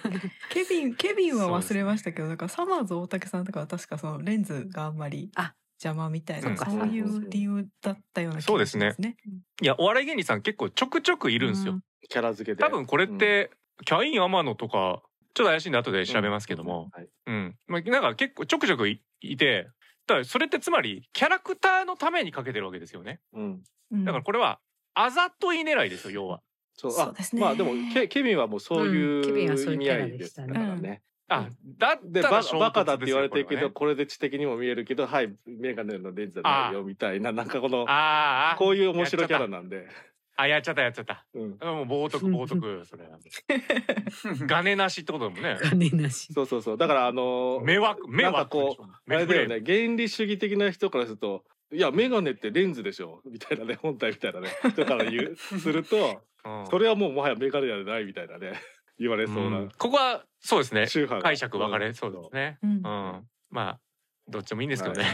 Speaker 3: ケビン、ケビンは忘れましたけど、だからサマーズ大竹さんとかは確かそのレンズがあんまり
Speaker 5: あ
Speaker 3: 邪魔みたいな、
Speaker 1: そ
Speaker 3: そうう
Speaker 1: か
Speaker 3: いう理由だったような気
Speaker 1: そう
Speaker 3: が
Speaker 1: です
Speaker 3: し
Speaker 1: ね
Speaker 3: ますね。
Speaker 1: いや、お笑い芸人さん結構ちょくちょくいるんですよ。
Speaker 2: キャラ付けで
Speaker 1: 多分これって、キャイン天野とか、ちょっと怪しいんで後で調べますけども、
Speaker 2: うんはい
Speaker 1: うん。まあ、なんか結構ちょくちょくいいて、だからそれってつまりキャラクターのためにかけてるわけですよね。
Speaker 2: うん
Speaker 3: うん
Speaker 1: だからこれはあざとい狙いですよ、要は。
Speaker 2: そう
Speaker 3: そう
Speaker 2: あ
Speaker 3: ですね
Speaker 2: まあでもケケビンはもうそう
Speaker 5: うんケ
Speaker 2: い
Speaker 5: ビンは
Speaker 2: う
Speaker 5: そうい
Speaker 2: 意
Speaker 5: う
Speaker 2: 味
Speaker 5: キ
Speaker 2: 合
Speaker 5: ャラ
Speaker 2: い
Speaker 5: で
Speaker 2: で
Speaker 5: し
Speaker 2: す
Speaker 5: た
Speaker 2: か
Speaker 5: ね
Speaker 2: らね
Speaker 1: あだったら
Speaker 2: でバ
Speaker 1: 衝突
Speaker 2: バカだっ
Speaker 1: です
Speaker 2: て言
Speaker 1: よ
Speaker 2: われてるけどこれ,、
Speaker 1: こ
Speaker 2: で知的にも見えるけどはいメガネのレンズじゃないよみたいななんかこ
Speaker 1: れ
Speaker 2: の
Speaker 1: はねあーあー
Speaker 2: こういう面白いキャラなんで、
Speaker 1: あやっちゃったやっちゃった
Speaker 2: うん、
Speaker 1: うんもう冒涜冒涜それ ガネなしってことだもんね
Speaker 5: 金なし。
Speaker 2: そうそうそうだからあのー
Speaker 1: 目は目
Speaker 2: なん
Speaker 1: は
Speaker 2: かこうあれだよね原理主義的な人からすると「いやメガネってレンズでしょ」みたいなね本体みたいなね人から 言うするとそ
Speaker 1: れ
Speaker 2: れはもうもはやメガネじゃないみたいなね言われそうな
Speaker 1: ここはそうですね
Speaker 2: 宗派が
Speaker 1: 解釈分かれそうですね
Speaker 3: うん
Speaker 1: う。んまあどっちもいいんですけどね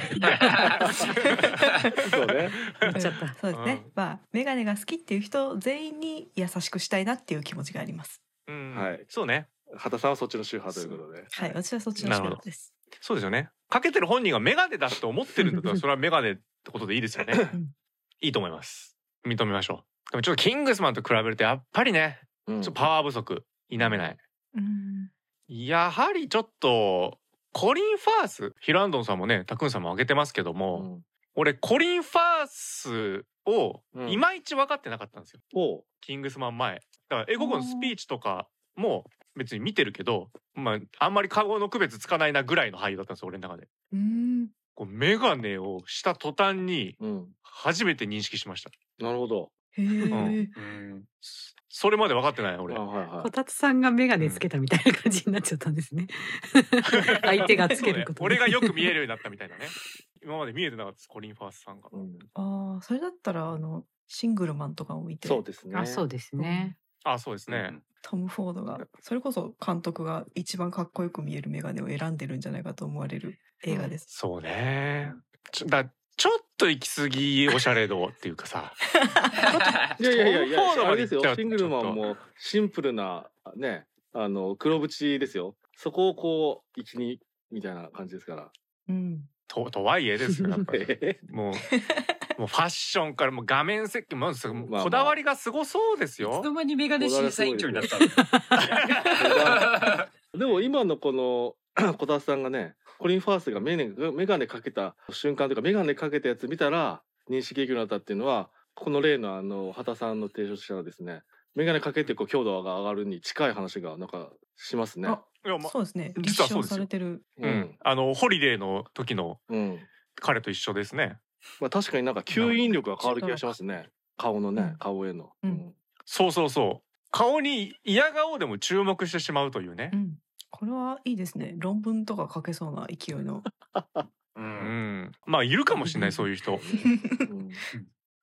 Speaker 2: うんそうね
Speaker 5: 言っちゃった。
Speaker 3: そうですね。
Speaker 1: うん
Speaker 3: まあメガネが好きっていう人全員に優しくしたいなっていう気持ちがあります。
Speaker 1: うん
Speaker 2: はい
Speaker 1: そうね
Speaker 2: 畑さんはそっちの宗派ということで
Speaker 3: はい、私はそっちの
Speaker 1: なる
Speaker 3: 方
Speaker 1: ほ
Speaker 3: です。
Speaker 1: そうですよねかけてる本人がメガネだと思ってるんだ ったらそれはメガネってことでいいですよね
Speaker 3: ん
Speaker 1: いいと思います認めましょうでもちょっとキングスマンと比べるとやっぱりね
Speaker 2: うん
Speaker 1: ちょっとパワー不足否めない
Speaker 3: うん。
Speaker 1: やはりちょっとコリン・ファースヒルアンドンさんもねタクンさんも挙げてますけども、
Speaker 2: うん
Speaker 1: 俺コリン・ファースを
Speaker 2: うん
Speaker 1: いまいち分かってなかったんですよ、
Speaker 2: おう
Speaker 1: キングスマン前だから英語のスピーチとかも別に見てるけど、まあ、あんまり顔の区別つかないなぐらいの俳優だったんですよ俺の中で
Speaker 3: うん。
Speaker 1: こうメガネをした途端に
Speaker 2: うん
Speaker 1: 初めて認識しました
Speaker 2: なるほど
Speaker 3: へえ。
Speaker 4: うん
Speaker 1: そそれまで分かってない俺
Speaker 2: あはいは
Speaker 5: こたつさんがメガネつけたみたいな感じになっちゃったんですね。相手がつけること
Speaker 1: そうね俺がよく見えるようになったみたいなね今まで見えてなかったですコリン・ファースさんが
Speaker 2: い、うん、
Speaker 3: ああ、それだったらあのシングルマンとかを見て、
Speaker 2: そうですね
Speaker 5: あ、そうですね。
Speaker 1: あそうですね、
Speaker 3: トム・フォードがそれこそ監督が一番かっこよく見えるメガネを選んでるんじゃないかと思われる映画です。
Speaker 1: そうね。ちょだちょっと行き過ぎおしゃれ度っていうかさ。
Speaker 2: いやいやいやいや
Speaker 1: トムフォード
Speaker 2: あ
Speaker 1: ま
Speaker 2: れ
Speaker 1: で
Speaker 2: です
Speaker 1: 行っちゃう
Speaker 2: よ
Speaker 1: と
Speaker 2: シングルマンもシンプルなねあの黒縁ですよそこをこう一にみたいな感じですから
Speaker 3: うん。
Speaker 1: ととはいえですよやっぱ り。もうもうファッションからもう画面設計もうすもう
Speaker 2: まあまあ
Speaker 1: こだわりがすごそうです
Speaker 4: い
Speaker 1: よ
Speaker 4: つ。の間にメガネ審査委員長になった
Speaker 2: でも今のこの小田さんがねコリン・ファースがメガネメガネかけた瞬間というかメガネかけたやつ見たら認識できるようになったっていうのはこの例のあの畑さんの提唱したらですねメガネかけてこう強度が上がるに近い話がなんかしますね。
Speaker 3: あ
Speaker 1: いやま
Speaker 3: そうですね。
Speaker 1: 実は
Speaker 3: 立
Speaker 1: そうですよ
Speaker 3: 証されてる。
Speaker 1: うん、あのホリデーの時の
Speaker 2: うん、うん
Speaker 1: 彼と一緒ですね。
Speaker 2: まあ、確かになんか吸引力が変わる気がしますね顔のね、
Speaker 3: うん
Speaker 2: 顔への。
Speaker 3: うん
Speaker 1: そうそうそう。顔に嫌顔でも注目してしまうというね
Speaker 3: う。ん。これはいいですね。論文とか書けそうな勢い
Speaker 4: う
Speaker 3: の。
Speaker 1: うんん。まあいるかもしれないそういう人。
Speaker 2: うん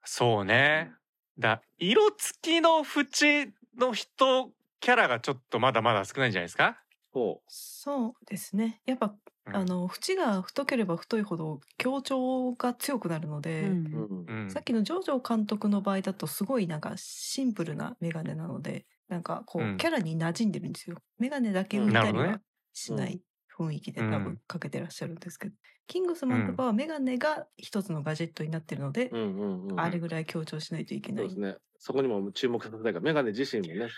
Speaker 1: そうね。だ色付きの縁の人キャラがちょっとまだまだ少ないんじゃないですか。
Speaker 2: そ
Speaker 3: そうですね。やっぱ、
Speaker 1: うん
Speaker 3: あの縁が太ければ太いほど強調が強くなるので、
Speaker 5: うん
Speaker 2: う、うん
Speaker 1: うん
Speaker 3: さっきのジョジョ監督の場合だとすごいなんかシンプルなメガネなので、なんかこう、
Speaker 1: うん
Speaker 3: キャラに馴染んでるんですよ。メガネだけ見た
Speaker 1: うんなるほ
Speaker 3: り
Speaker 1: ど
Speaker 3: は
Speaker 1: ね
Speaker 3: しない雰囲気で
Speaker 1: うん
Speaker 3: 多分かけてらっしゃるんですけど、キングスマンとかはメガネが一つのガジェットになってるので、
Speaker 2: うんうんうん
Speaker 3: あれぐらい強調しないといけ
Speaker 2: そ
Speaker 3: な
Speaker 2: う
Speaker 3: い
Speaker 2: です。ねそこにも注目させたいからメガネ自身もね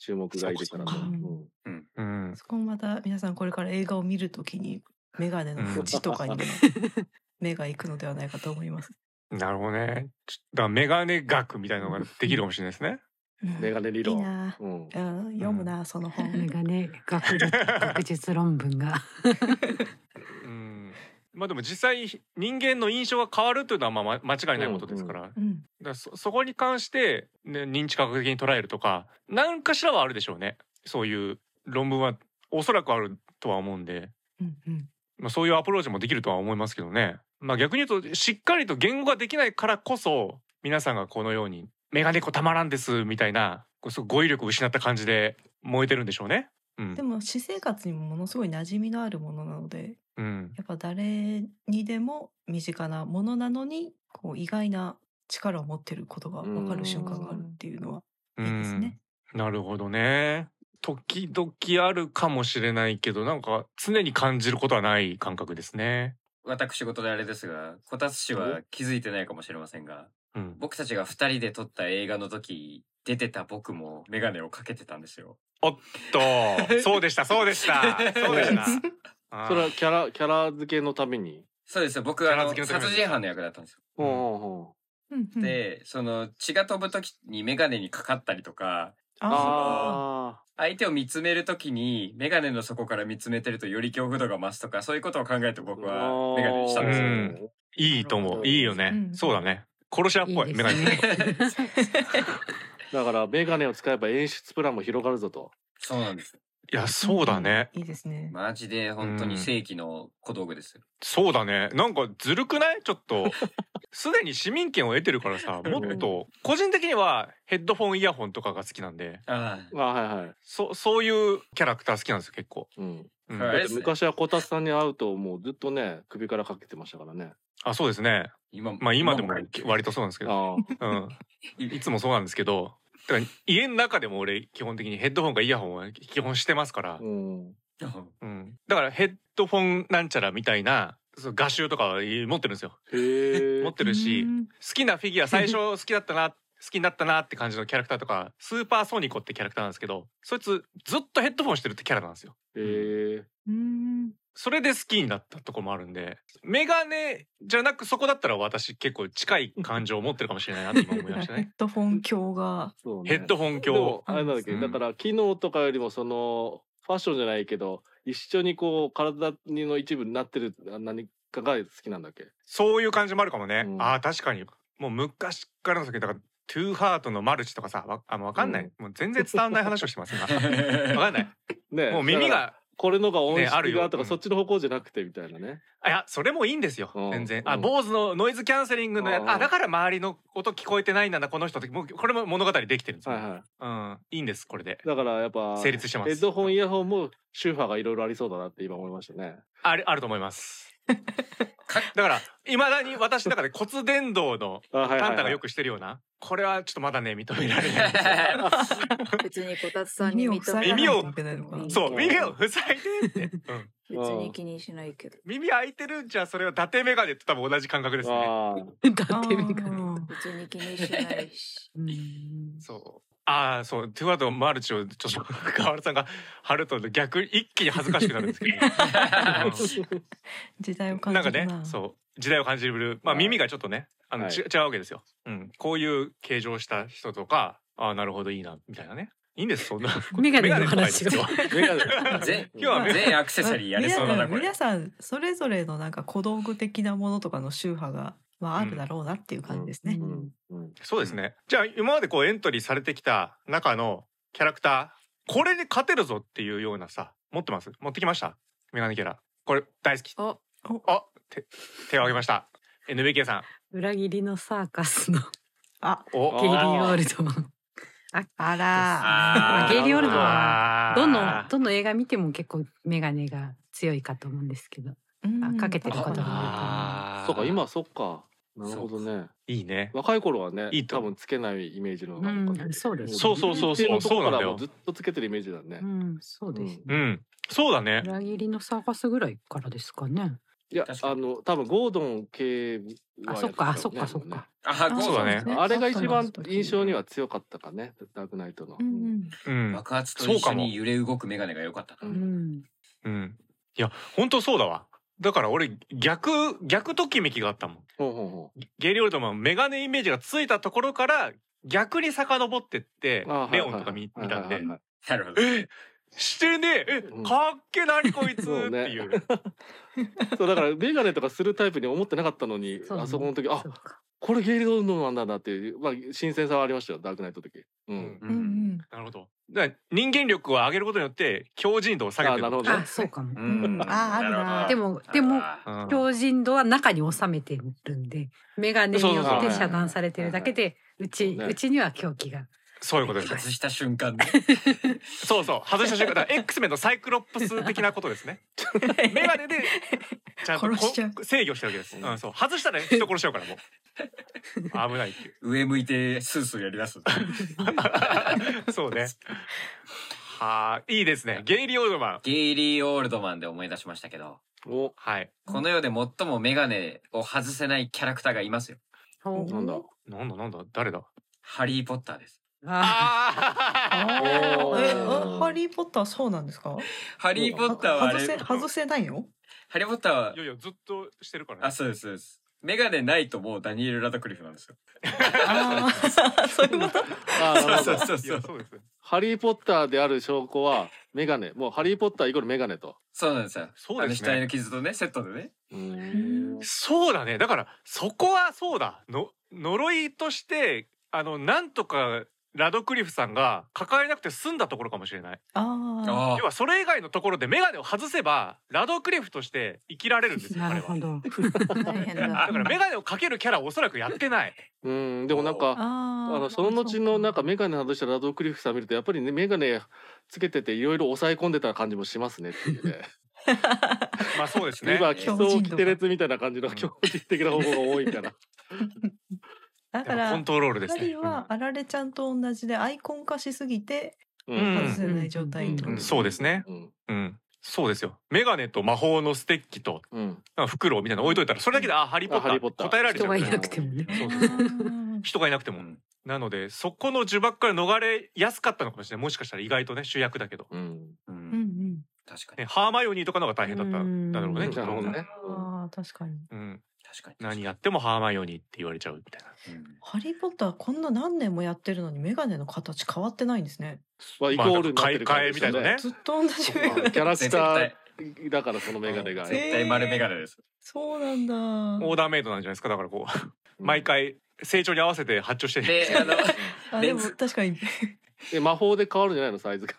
Speaker 2: 注目がいるからね
Speaker 3: そうかそうか
Speaker 2: うん
Speaker 1: うん、
Speaker 3: そこもまた皆さんこれから映画を見るときにメガネの縁 とかにも目が行くのではないかと思います。
Speaker 1: なるほどね。ちょだからメガネ学みたいなのができるかもしれないですね。
Speaker 2: メガネ理論。
Speaker 3: いいな
Speaker 2: うん。
Speaker 3: うん、読むなその本。
Speaker 5: メガネ学術学術論文が。
Speaker 1: うん。まあでも実際人間の印象が変わるというのはまあま間違いないことですから,、だか
Speaker 3: うん、
Speaker 1: らそそこに関して、ね、認知科学的に捉えるとか何かしらはあるでしょうねそういう論文はおそらくあるとは思うんで、
Speaker 3: うん、うん。
Speaker 1: まあ、そういうアプローチもできるとは思いますけどね、まあ、逆に言うとしっかりと言語ができないからこそ皆さんがこのように「メガネ子たまらんです」みたいなこうすごい語彙力を失った感じで燃えてるんでしょうね。うん
Speaker 3: でも私生活にもものすごい馴染みのあるものなので、
Speaker 1: うん、
Speaker 3: やっぱ誰にでも身近なものなのに、こう意外な力を持ってることがわかる瞬間があるっていうのは。
Speaker 1: う
Speaker 3: いいですね
Speaker 1: んなるほどね。時々あるかもしれないけどなんか常に感じることはない感覚ですね。
Speaker 4: 私事であれですが、こたつ氏は気づいてないかもしれませんが、
Speaker 1: うん、
Speaker 4: 僕たちが二人で撮った映画の時、出てた僕もメガネをかけてたんですよ。
Speaker 1: おっとそうでしたそうでしたそうでした。 あー
Speaker 2: それはキャラキャラ付けのために。
Speaker 4: そうですよ。
Speaker 1: キ
Speaker 4: 僕、
Speaker 1: ャ
Speaker 4: あ
Speaker 1: ラ
Speaker 4: の、
Speaker 1: 付けのために
Speaker 4: 殺人犯の役だったんですよ。
Speaker 1: うん
Speaker 2: ほうほうほ
Speaker 3: うんうん、
Speaker 4: で、その、血が飛ぶ時にメガネにかかったりとか、
Speaker 3: あ
Speaker 2: あ
Speaker 4: 相手を見つめるときに、メガネの底から見つめてるとより恐怖度が増すとか、そういうことを考えて僕はメガネにしたんですよ。
Speaker 1: うんいいと思ういいよね、
Speaker 3: うん
Speaker 1: そうだね殺し屋っぽい
Speaker 5: いい
Speaker 1: メ
Speaker 5: で
Speaker 1: ガ
Speaker 5: す
Speaker 1: ネ
Speaker 5: ね。
Speaker 2: だからメガネを使えば演出プランも広がるぞと。
Speaker 4: そうなんです。
Speaker 1: いやそうだね、
Speaker 3: いいですね。
Speaker 4: マジで本当に正規の小道具ですよ。
Speaker 1: そうだねなんかずるくないちょっと すでに市民権を得てるからさもっと個人的にはヘッドフォンイヤホンとかが好きなんで
Speaker 4: あ
Speaker 2: あはいはい。
Speaker 1: そそういうキャラクター好きなんですよ結構、
Speaker 2: うん。
Speaker 1: うん
Speaker 4: は
Speaker 2: だ
Speaker 4: い
Speaker 2: って昔はこたつさんに会うともうずっとね首からかけてましたからね。
Speaker 1: あそうですね
Speaker 4: 今
Speaker 1: まあ今でも
Speaker 4: 入ってる
Speaker 1: 割とそうなんですけど、
Speaker 2: あ
Speaker 1: うん、いつもそうなんですけどだから家の中でも俺基本的にヘッドフォンかイヤホンは基本してますから
Speaker 2: あ。う、ん。
Speaker 1: うん、だからヘッドフォンなんちゃらみたいなその画集とかは持ってるんですよ
Speaker 2: へえ
Speaker 1: 持っ。てるし、
Speaker 3: うん
Speaker 1: 好きなフィギュア最初 好きだったな好きになったなって感じのキャラクターとかスーパーソニコってキャラクターなんですけどそいつずっとヘッドフォンしてるってキャラなんですよ
Speaker 2: へえ。
Speaker 3: うん
Speaker 1: それで好きになったところもあるんでメガネじゃなくそこだったら私結構近い感情を持ってるかもしれないなって今思い
Speaker 3: ヘ
Speaker 1: ました
Speaker 3: ッ
Speaker 1: ね
Speaker 3: ドフォン鏡が
Speaker 2: そうね。
Speaker 1: ヘッドフォン
Speaker 2: でも
Speaker 1: 鏡
Speaker 2: あれなんだっけ、
Speaker 1: うん
Speaker 2: だから機能とかよりもそのファッションじゃないけど一緒にこう体の一部になってる何かが好きなんだっけ
Speaker 1: そういう感じもあるかもね、
Speaker 2: うん
Speaker 1: ああ確かにもう昔からの時だからトゥーハートのマルチとかさわあもうわかんない、
Speaker 2: うん
Speaker 1: もう全然伝わんない話をして ます今わか
Speaker 4: う
Speaker 1: んない
Speaker 2: ね
Speaker 1: もう耳
Speaker 2: だから
Speaker 1: が
Speaker 2: これのが音
Speaker 1: ねある
Speaker 2: 質
Speaker 1: よ
Speaker 2: がとか、
Speaker 1: うん
Speaker 2: そっちの方向じゃなくてみたいなね。
Speaker 1: あいやそれもいいんですよ
Speaker 2: うん
Speaker 1: 全然
Speaker 2: う
Speaker 1: あ
Speaker 2: ん
Speaker 1: 坊主のノイズキャンセリングのや
Speaker 2: うん
Speaker 1: あだから周りの音聞こえてないんだなこの人ってもうこれも物語できてるんですよ、
Speaker 2: はいは
Speaker 1: うんいいんですこれで
Speaker 2: い。だからやっぱ
Speaker 1: 成立してます
Speaker 2: ヘッドホンイヤホンも周波がいろいろありそうだなって今思いましたね。
Speaker 1: あるあると思い ますだからいまだに私の中で骨伝導の
Speaker 2: あはいはいはい
Speaker 1: パンタがよくしてるようなこれはちょっとまだね認められないん ですよ
Speaker 6: 別にこたつさんに
Speaker 3: 耳を
Speaker 6: 見た
Speaker 3: 塞
Speaker 6: 目
Speaker 1: が耳を
Speaker 3: ないといけないのかな。
Speaker 1: そう耳を塞いでって、うん
Speaker 6: 別に気にしないけど
Speaker 1: 耳開いてるんじゃそれは伊達メガネと多分同じ感覚ですね
Speaker 2: あ
Speaker 5: だってメガネ。
Speaker 3: あー
Speaker 6: 別に気にしないし
Speaker 5: うん
Speaker 1: そうああそうトゥワードマルチをちょっと河原さんが貼ると逆に一気に恥ずかしくなるんですけど
Speaker 2: あ。
Speaker 3: 時代を
Speaker 1: うん
Speaker 3: 感
Speaker 1: なん
Speaker 3: じ
Speaker 1: か
Speaker 3: るな。
Speaker 1: ねそう時代を感じるまあ
Speaker 2: はい
Speaker 1: 耳がちょっとねあの、
Speaker 2: はい
Speaker 1: ち違うわけですよ、うん、こういう形状した人とかああなるほどいいなみたいなねいいんですそんな
Speaker 5: メガネの
Speaker 1: メガネとかいい
Speaker 5: 話
Speaker 1: で
Speaker 5: が
Speaker 1: すよ
Speaker 2: メガネ
Speaker 4: ん 全
Speaker 1: 今日はメガネ
Speaker 4: 全アクセサリーやれそうだな
Speaker 3: 皆さ
Speaker 4: これ
Speaker 3: ん皆。さんそれぞれのなんか小道具的なものとかの宗派がまああるだろうなっていう感じですね
Speaker 2: う。んうん
Speaker 1: そうですねじゃあ今までこうエントリーされてきた中のキャラクターこれで勝てるぞっていうようなさ持ってます持ってきましたメガネキャラこれ大好き
Speaker 6: お
Speaker 1: あ手手を挙げました NBK さん
Speaker 5: 裏切りのサーカスの
Speaker 3: あ
Speaker 1: お
Speaker 2: あ
Speaker 5: ゲリー・オールドマン。
Speaker 3: あら
Speaker 5: ま
Speaker 4: あ
Speaker 5: あゲイリー・オールドマンは
Speaker 1: あー
Speaker 5: どのどの映画見ても結構メガネが強いかと思うんですけど、
Speaker 3: ー
Speaker 5: あかけてる
Speaker 2: ことが
Speaker 1: あー
Speaker 2: そうか今そっか。なるほどね。
Speaker 1: いいね
Speaker 2: 若い頃はね
Speaker 1: いいと
Speaker 2: 多
Speaker 1: 思う
Speaker 2: 分つけないイメージの方
Speaker 5: う
Speaker 2: が多か
Speaker 5: ん
Speaker 2: ったけど。
Speaker 5: そうです
Speaker 1: そうそうそうそうそうなんだよ
Speaker 2: ずっとつけてるイメージだね
Speaker 5: う。んそうです、ね
Speaker 1: うんそうだね
Speaker 5: 裏切りのサーカスぐらいからですかね
Speaker 2: いや
Speaker 4: 確かに
Speaker 2: あの多分ゴードン系は
Speaker 5: あ
Speaker 2: や
Speaker 5: そ
Speaker 2: て
Speaker 5: った
Speaker 2: よ
Speaker 5: か
Speaker 2: ね
Speaker 5: そっかそっか、
Speaker 4: あ
Speaker 1: そうだね
Speaker 5: そうですね
Speaker 2: あれが一番
Speaker 5: そうそう
Speaker 2: 印象には強強かったかね。ダークナイトの。
Speaker 3: うんうん
Speaker 1: うん
Speaker 4: 爆発と一緒に揺れ動くメガネが良かった
Speaker 2: う
Speaker 5: うんん、
Speaker 1: うんいや本当そうだわだから俺逆逆ときめきがあったもん
Speaker 2: ほうほうほ
Speaker 1: ゲイリー・オールドマンメガネイメージがついたところから逆に遡ってって
Speaker 2: うあはいはいはい。
Speaker 1: レオンとか見見たん
Speaker 2: はい
Speaker 1: で
Speaker 2: はいはい
Speaker 4: な。なるほど。
Speaker 1: えしてねええ
Speaker 2: うん
Speaker 1: かっけなにこいつって
Speaker 2: そうね
Speaker 1: いう
Speaker 2: そうだからメガネとかするタイプに思ってなかったのに
Speaker 5: う
Speaker 2: あそこの時あ
Speaker 5: そうか
Speaker 2: これゲイリー・オールドマンなんだなっていう、まあ、新鮮さはありましたよダークナイトの時。うん
Speaker 3: うんうん
Speaker 1: なるほどだから人間力を上げることによって強靭度を下げてる
Speaker 2: あなるほど
Speaker 5: あそうかも、
Speaker 3: うんああるな
Speaker 4: るほど
Speaker 5: でもでも
Speaker 1: うん
Speaker 5: 強靭度は中に収めてるんでメガネによって遮断されてるだけでう
Speaker 2: そう
Speaker 5: ち
Speaker 2: ね
Speaker 5: うちには狂気が
Speaker 1: そういうことですね
Speaker 4: 外した瞬間ね。
Speaker 1: そうそう外した瞬間だから X メンのサイクロプス的なことです ねメガネでちゃんとこ
Speaker 3: 殺しちゃう
Speaker 1: 制御してるわけです、うん、そう外したら人殺しちゃうからもう危ない ってい
Speaker 4: 上向いてスースーやりだす。
Speaker 1: うそうねはあいいですねゲイリー・オールドマン
Speaker 4: ゲイリー・オールドマンで思い出しましたけど、
Speaker 2: お
Speaker 1: はい
Speaker 4: この世で最もメガネを外せないキャラクターがいますよ。
Speaker 2: なんだ
Speaker 1: なんだなんだ誰だ
Speaker 4: ハリー・ポッターです。
Speaker 5: あ
Speaker 1: あ
Speaker 3: あー
Speaker 2: おー
Speaker 3: えあハリーポッターそうなんですか？
Speaker 4: ハリー・ポッターはあ
Speaker 3: 外
Speaker 4: れ、
Speaker 3: せ外せないよ。
Speaker 4: ハリー・ポッターは
Speaker 1: あいやいやずっとしてるから、ね、
Speaker 4: あ、そうです、そうです。メガネないともうダニエル・ラドクリフなんですよ。
Speaker 3: ああそういうこと。
Speaker 2: あーな るほど
Speaker 4: そうそうそ
Speaker 1: い
Speaker 4: う
Speaker 1: やそうです
Speaker 2: ハリー・ポッターである証拠はメガネもうハリー・ポッターイコールメガネと
Speaker 4: そうなんですよ。
Speaker 1: そうですね
Speaker 4: あの額の傷とね、セットでね。
Speaker 2: うん
Speaker 1: そうだねだからそこはそうだの呪いとしてあのなんとかラドクリフさんが抱えなくて済んだところかもしれない
Speaker 3: ああ
Speaker 4: あ
Speaker 1: 要はそれ以外のところで眼鏡を外せばラドクリフとして生きられるんですよ
Speaker 5: な
Speaker 1: 彼
Speaker 5: る
Speaker 1: は
Speaker 5: ほど。
Speaker 6: 大変だ
Speaker 1: だから眼鏡をかけるキャラをおそらくやってない
Speaker 2: うんでもなんかあ
Speaker 3: あ
Speaker 2: のその後のなんかメガネ外したラドクリフさん見るとやっぱりねメガネつけてていろいろ抑え込んでた感じもしますねっていうね
Speaker 1: まあそうですね
Speaker 2: 今基礎を規定列みたいな感じの強人的な方法が多いから
Speaker 3: だ
Speaker 1: で
Speaker 3: か
Speaker 1: も
Speaker 3: ら
Speaker 1: コントロールです
Speaker 3: 二
Speaker 1: ね
Speaker 3: 人はあられちゃんと同じでアイコン化しすぎて
Speaker 2: うん
Speaker 1: うん
Speaker 3: 外せない状態って
Speaker 1: う
Speaker 3: こ
Speaker 1: んそうですね
Speaker 2: うん
Speaker 1: うんそうですよ眼鏡と魔法のステッキと
Speaker 2: うん
Speaker 1: なんかフクロウみたいなの置いといたらそれだけであハリーポッタ
Speaker 2: あハリーポ
Speaker 1: ー
Speaker 2: ッター
Speaker 1: 答えられち
Speaker 5: 人
Speaker 1: ゃ
Speaker 5: が
Speaker 1: う
Speaker 5: いなくても ね。
Speaker 1: そうそう
Speaker 3: と
Speaker 1: そう
Speaker 3: うん
Speaker 1: 人がいなくて
Speaker 4: う
Speaker 1: も
Speaker 4: ん
Speaker 1: なのでそこの呪縛から逃れやすかったのかもしれないもしかしたら意外とね主役だけど、
Speaker 2: うん
Speaker 4: う。
Speaker 3: うんん
Speaker 4: 確か
Speaker 1: ね、
Speaker 4: に。
Speaker 1: ハーマイオニーとかの方が大変だったんだろうね
Speaker 2: な
Speaker 5: うーん
Speaker 1: きっと
Speaker 2: るほどね
Speaker 3: うんああ確かに
Speaker 1: うん、
Speaker 4: 確かに。
Speaker 1: 何やってもハーマイオニーって言われちゃうみたいな
Speaker 4: うん
Speaker 3: ハリーポッターこんな何年もやってるのにメガネの形変わってないんですね
Speaker 2: まあイコールになってる感じですよ
Speaker 1: まあなんか
Speaker 3: ずっと同じメガネ
Speaker 2: キャラク
Speaker 4: 絶
Speaker 2: タ
Speaker 4: 対、
Speaker 2: ーだからそのメガネ が、
Speaker 4: 絶対丸メガネです。
Speaker 3: そうなんだ
Speaker 1: オーダーメイドなんじゃないですかだからこう
Speaker 2: うん
Speaker 1: 毎回成長に合わせて発注してる
Speaker 4: で、あの、
Speaker 3: あ
Speaker 4: レ
Speaker 3: で
Speaker 4: ン
Speaker 3: も
Speaker 4: ズ
Speaker 3: 確かに
Speaker 2: え魔法で変わるんじゃないのサイズが、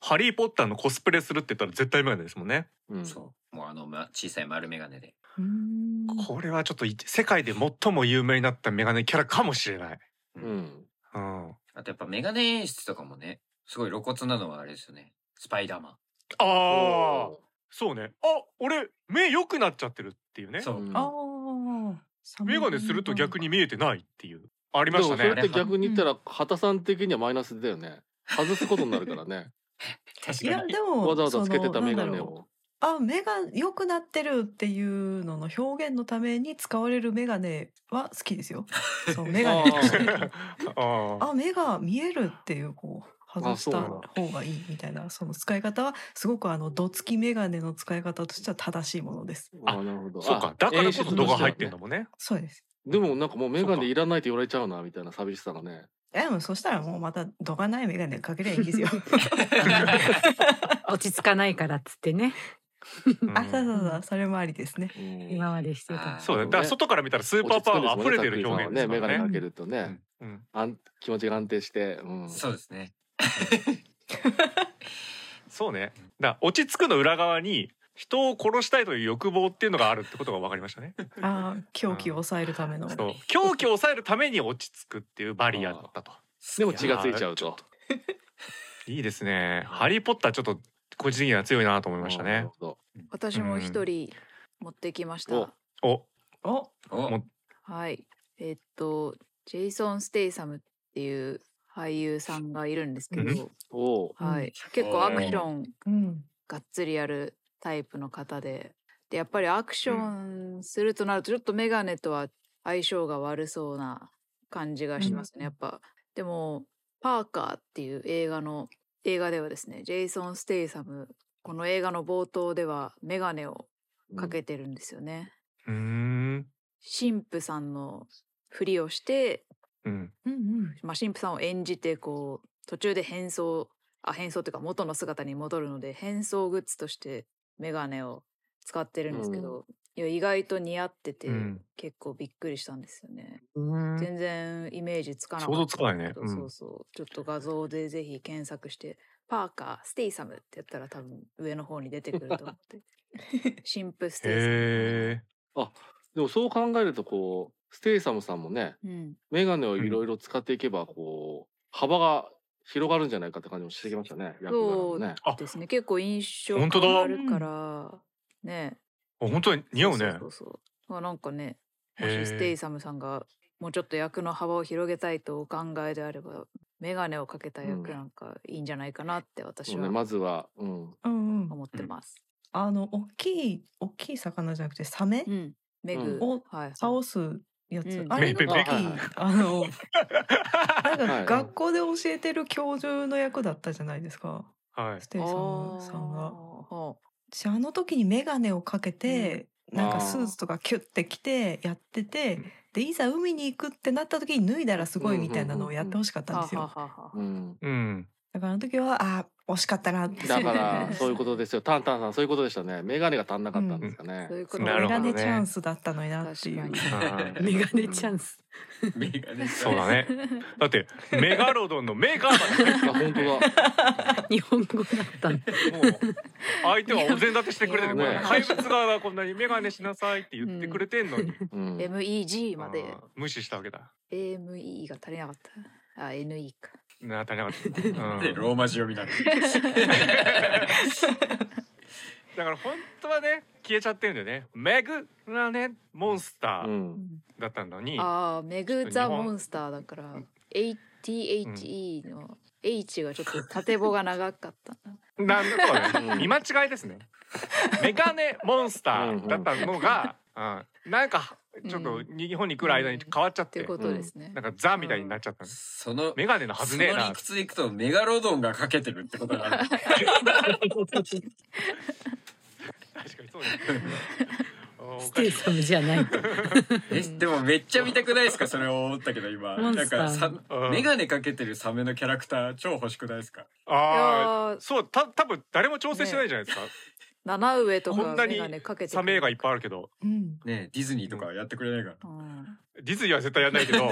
Speaker 1: ハリー・ポッターのコスプレするって言ったら絶対メガネですもんね
Speaker 2: うん
Speaker 4: そう。もうあの、ま小さい丸メガネで。
Speaker 3: うーん
Speaker 1: これはちょっとい世界で最も有名になったメガネキャラかもしれない、
Speaker 2: うん
Speaker 1: うん、
Speaker 4: あとやっぱメガネ演出とかもね、すごい露骨なのはあれですよね。スパイダーマ
Speaker 1: ああそうねあ俺目良くなっちゃってるっていう
Speaker 4: ン。
Speaker 1: ね
Speaker 4: そう。
Speaker 2: うん
Speaker 3: ああ
Speaker 1: メガネすると逆に見えてないっていうあり
Speaker 2: で
Speaker 1: ま
Speaker 2: も
Speaker 1: した
Speaker 2: それっ
Speaker 1: ね
Speaker 2: て逆に言ったら畑さん的にはマイナスだよね外すことになるからね
Speaker 4: 確
Speaker 3: いや
Speaker 4: かに。
Speaker 3: でも
Speaker 2: わざわざつけて
Speaker 3: その
Speaker 2: たメガ
Speaker 3: なん
Speaker 2: ネ
Speaker 3: だろう
Speaker 2: を
Speaker 3: あ目が良くなってるっていうのの表現のために使われるメガネは好きですよそうメガネとして
Speaker 1: ああ
Speaker 3: あ目が見えるっていうこう外した
Speaker 2: あそうなん
Speaker 3: 方がいいみたいなその使い方はすごくあのどつきメガネの使い方としては正しいものです。
Speaker 1: あ
Speaker 2: なるほど
Speaker 1: そうか
Speaker 2: あ
Speaker 1: だからこそ
Speaker 2: 演出
Speaker 1: 度
Speaker 2: として
Speaker 1: が
Speaker 2: は
Speaker 1: 入ってんだもんね
Speaker 3: そうです。
Speaker 2: でもなんかもうメガネいらないって言われちゃうなみたいな寂しさがね
Speaker 3: でもそしたらもうまた度がないメガネかけりゃいいんですよ。
Speaker 5: 落ち着かないからっつってね。
Speaker 1: うん
Speaker 3: あそうそうそうそれもありですね。
Speaker 2: うん
Speaker 5: 今までしてた
Speaker 4: あ。
Speaker 1: そうだよだから外から見たらスーパーパワーが溢れてる表現ですか
Speaker 2: ねメガ
Speaker 1: ら
Speaker 2: ネ
Speaker 1: ね
Speaker 2: かけるとね、
Speaker 1: うん
Speaker 2: 安気持ちが安定して、うん、
Speaker 4: そうですね。
Speaker 1: そうねだから落ち着くの裏側に人を殺したいという欲望っていうのがあるってことが分かりましたね
Speaker 3: ああ狂気を抑えるための。
Speaker 1: そう狂気を抑えるために落ち着くっていうバリアだったと
Speaker 2: でも血がついちゃうと
Speaker 1: いいですねハリーポッターちょっと個人的には強いなと思いました
Speaker 2: なる
Speaker 1: ね
Speaker 2: ほど
Speaker 6: 私も一人持ってきまし
Speaker 2: お
Speaker 6: た
Speaker 1: お
Speaker 3: お
Speaker 4: お
Speaker 1: も
Speaker 6: はいえっとジェイソン・ステイサムっていう俳優さんがいるんですけど、
Speaker 2: おう
Speaker 6: はい、結構アクション
Speaker 3: うん。
Speaker 6: がっつりやるタイプの方ででやっぱりアクションするとなるとちょっとメガネとは相性が悪そうな感じがしますね、
Speaker 3: うん
Speaker 6: やっぱでも「パーカー」っていう映画の映画ではですねジェイソン・ステイサムこの映画の冒頭ではメガネをかけてるんですよね。
Speaker 1: うーん
Speaker 6: 神父さんのふりをして、
Speaker 1: うん
Speaker 3: うんうん。
Speaker 6: まあ、神父さんを演じてこう途中で変装あ変装っていうか元の姿に戻るので変装グッズとしてメガネを使ってるんですけど、いや意外と似合ってて、
Speaker 1: うん
Speaker 6: 結構びっくりしたんですよね。
Speaker 1: うん
Speaker 6: 全然イメージつかな
Speaker 1: 想
Speaker 6: かった
Speaker 1: 像つかないね
Speaker 6: けど
Speaker 1: うん
Speaker 6: そうそうちょっと画像でぜひ検索して「パーカーステイサム」ってやったら多分上の方に出てくると思って 神父ステイサム。
Speaker 1: へ
Speaker 2: でもそう考えるとこうステイサムさんもね
Speaker 6: うん
Speaker 2: メガネをいろいろ使っていけばこう幅が広がるんじゃないかって感じもしてきましたね役柄
Speaker 6: そ
Speaker 2: も
Speaker 6: う
Speaker 2: ね
Speaker 6: ですね。結構印象
Speaker 1: 本当だ
Speaker 6: 変わるから、ね。
Speaker 1: ーあ本当に似合うね
Speaker 6: そうそうそうそう。あなんかね、も
Speaker 1: へー
Speaker 6: しステイサムさんがもうちょっと役の幅を広げたいとお考えであれば、メガネをかけた
Speaker 2: うん
Speaker 6: 役なんかいいんじゃないかなって私
Speaker 2: そうね
Speaker 6: は
Speaker 2: まずはうん
Speaker 3: うんうん。
Speaker 6: 思ってます。
Speaker 3: あの大きい大きい魚じゃなくてサメ
Speaker 6: うん。メグ、
Speaker 3: うん
Speaker 6: はい。
Speaker 3: 倒すやつ、
Speaker 6: うん
Speaker 3: あれの時
Speaker 1: メグ
Speaker 3: あのな
Speaker 2: は
Speaker 3: んか
Speaker 2: い
Speaker 3: 学校で教えてる教授の役だったじゃないですか。
Speaker 1: はい
Speaker 3: ステイサムさんが。
Speaker 6: は
Speaker 3: 私あの時に眼鏡をかけて、なんかスーツとかキュッて着てやっててでいざ海に行くってなった時に脱いだらすごいみたいなのをやってほしかったんですよ
Speaker 6: はあはあは あ
Speaker 2: うん
Speaker 1: うん
Speaker 3: だからあの時はあー惜しかったなって
Speaker 2: だから そういうことですよ。タンタンさんそういうことでしたね。メガネが足んなかったんですかね。
Speaker 6: そういうこと
Speaker 1: なる
Speaker 3: メ
Speaker 1: ほ
Speaker 3: ガ
Speaker 1: どね
Speaker 3: ネチャンスだったのになっていう
Speaker 6: 確か
Speaker 1: はい
Speaker 5: メガネチャンス。
Speaker 4: メガネ
Speaker 1: そうだね だってメガロドンのメガーだね
Speaker 2: あ本当だ。
Speaker 5: 日本語だったの。
Speaker 1: もう相手はお膳立てしてくれてる、
Speaker 2: い
Speaker 1: ね、
Speaker 2: や
Speaker 1: 怪物側がこんなに眼鏡しなさいって言ってくれてんのに、
Speaker 2: うん
Speaker 6: MEG まで
Speaker 1: あー無視したわけだ
Speaker 6: AME が足りなかったあ NE か
Speaker 1: な足りなかった、うん
Speaker 4: でローマ字読みなの。
Speaker 1: だから本当はね消えちゃってるんだよねメグラねモンスター
Speaker 2: うん。
Speaker 1: だったのに、
Speaker 6: ああメグ・
Speaker 1: ちょっと日
Speaker 6: ザ・
Speaker 1: 本
Speaker 6: モンスターだから ATHE の H がちょっと縦棒が長かった
Speaker 1: な
Speaker 6: な
Speaker 1: んだと
Speaker 2: う
Speaker 1: ね
Speaker 2: ん
Speaker 1: 見間違いですねメガネモンスターだったのが、うん、なんかちょっと日本に来る間に変わっちゃっ
Speaker 6: って
Speaker 1: て、
Speaker 6: いうことですね
Speaker 1: なんかザみたいになっちゃったんです、
Speaker 4: その
Speaker 1: メガネのはずねえ
Speaker 4: その
Speaker 1: な
Speaker 4: 理屈でいくとメガロドンがかけてるってことだね。
Speaker 1: 確かにそうですねお
Speaker 5: ス
Speaker 1: か
Speaker 5: テ
Speaker 1: し
Speaker 5: イ
Speaker 1: い
Speaker 5: サムじゃないと。
Speaker 4: えでもめっちゃ見たくないですかそれを思ったけど今
Speaker 5: モン
Speaker 4: なん
Speaker 5: スター
Speaker 4: かさ
Speaker 1: うん
Speaker 4: メガネかけてるサメのキャラクター超欲しくないですか
Speaker 1: ああ
Speaker 6: あ
Speaker 1: そうた多分誰も調整してないじゃないですか、
Speaker 6: 七上と
Speaker 1: こ
Speaker 6: か
Speaker 1: んなに
Speaker 6: メガネかけて
Speaker 1: サメ映画いっぱいあ
Speaker 6: い、
Speaker 1: るけど
Speaker 3: うん
Speaker 4: ね えディズニーとかやってくれないかな
Speaker 6: うん
Speaker 1: ディズニーは絶対やんないけど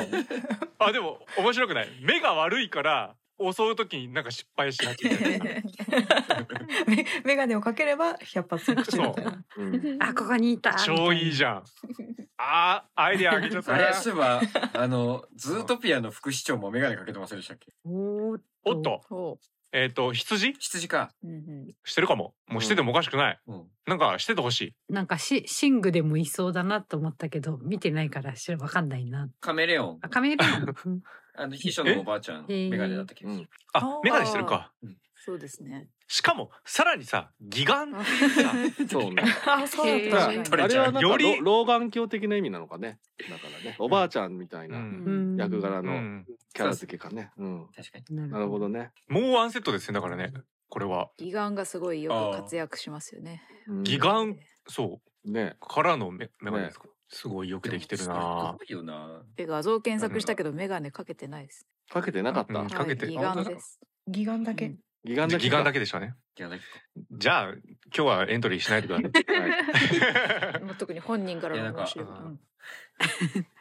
Speaker 1: あでも面白くない目が悪いから襲う時になんか失敗しなきゃいけない
Speaker 3: メメガネをかければ百発百中みたい な
Speaker 2: うん。
Speaker 5: あ、ここにいた。
Speaker 1: 超いいじゃんあーアイデアあげちゃった
Speaker 4: あ
Speaker 1: な
Speaker 4: れそういえばあのズートピアの副市長もメガネかけてませんでしたっけ
Speaker 5: おー
Speaker 1: おっと
Speaker 6: そ
Speaker 1: えっ、と羊
Speaker 4: 羊か
Speaker 6: う、うんうん、
Speaker 1: してるかももうしててもおかしくない、
Speaker 4: うん
Speaker 1: なんかしててほしい
Speaker 5: なんかシシングでもいそうだなと思ったけど見てないからしわかんないな。
Speaker 4: カメレオン
Speaker 5: あカメレオンうん
Speaker 4: あの秘書のおばあちゃんの
Speaker 5: え
Speaker 4: メガネだった気がする
Speaker 1: あメガネしてるか
Speaker 6: そうですね
Speaker 1: しかもさらにさ義眼
Speaker 6: あ
Speaker 2: そう ね。
Speaker 3: あそうだっ
Speaker 5: え
Speaker 3: た、
Speaker 5: ー
Speaker 2: あれはなんか
Speaker 1: より
Speaker 2: 老老眼鏡的な意味なのかね。だからね、おばあちゃんみたいうなん
Speaker 5: うん
Speaker 2: 役柄
Speaker 1: う
Speaker 2: の
Speaker 1: ん
Speaker 2: キャラ付けかね。うん。
Speaker 4: 確かに
Speaker 2: なるほど。ね。
Speaker 1: もうワンセットですねだからねこれは
Speaker 6: 義眼がすごいよく活躍しますよね
Speaker 2: うん
Speaker 1: 義眼そう
Speaker 2: ね。
Speaker 1: からのメメガネですか、すごいよくできてるな
Speaker 4: すごいよな
Speaker 6: で画像検索したけどメガネかけてないです
Speaker 2: かけてなかった。
Speaker 1: うんかけて
Speaker 6: はい、義眼です
Speaker 3: 義眼だけ、
Speaker 6: うん
Speaker 2: 義眼だけ
Speaker 1: 義
Speaker 2: か。
Speaker 1: 眼だけでしたね
Speaker 4: いやだけど
Speaker 1: じゃあ今日はエントリーしないでください
Speaker 2: はい
Speaker 6: もう特に本人からの話
Speaker 4: いや
Speaker 1: なんか
Speaker 6: うん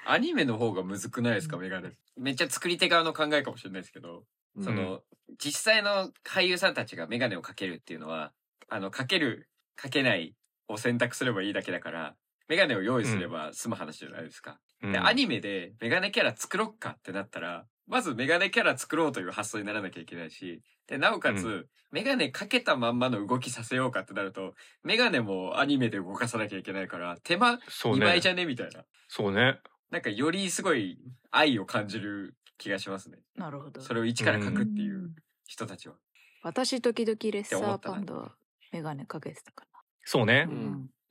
Speaker 4: アニメの方がむずくないですかメガネめっちゃ作り手側の考えかもしれないですけど
Speaker 2: うん
Speaker 4: その、実際の俳優さんたちがメガネをかけるっていうのは、あの、かける、かけないを選択すればいいだけだから、メガネを用意すれば済む話じゃないですか。
Speaker 1: うん
Speaker 4: で、アニメでメガネキャラ作ろっかってなったら、まずメガネキャラ作ろうという発想にならなきゃいけないし、で、なおかつ、
Speaker 1: う
Speaker 4: メガネかけたまんまの動きさせようかってなると、メガネもアニメで動かさなきゃいけないから、手間
Speaker 1: そう
Speaker 4: 2倍
Speaker 1: ね
Speaker 4: じゃねみたいな。
Speaker 1: そうね
Speaker 4: なんかよりすごい愛を感じる気がしますね。
Speaker 6: なるほど
Speaker 4: それを一から書くっていう人たちは。
Speaker 6: 私時々レッサ
Speaker 4: って思
Speaker 6: ー
Speaker 4: ったね
Speaker 6: パンダはメガネかけてたか
Speaker 1: そうね
Speaker 2: う
Speaker 6: な、
Speaker 2: ん
Speaker 3: う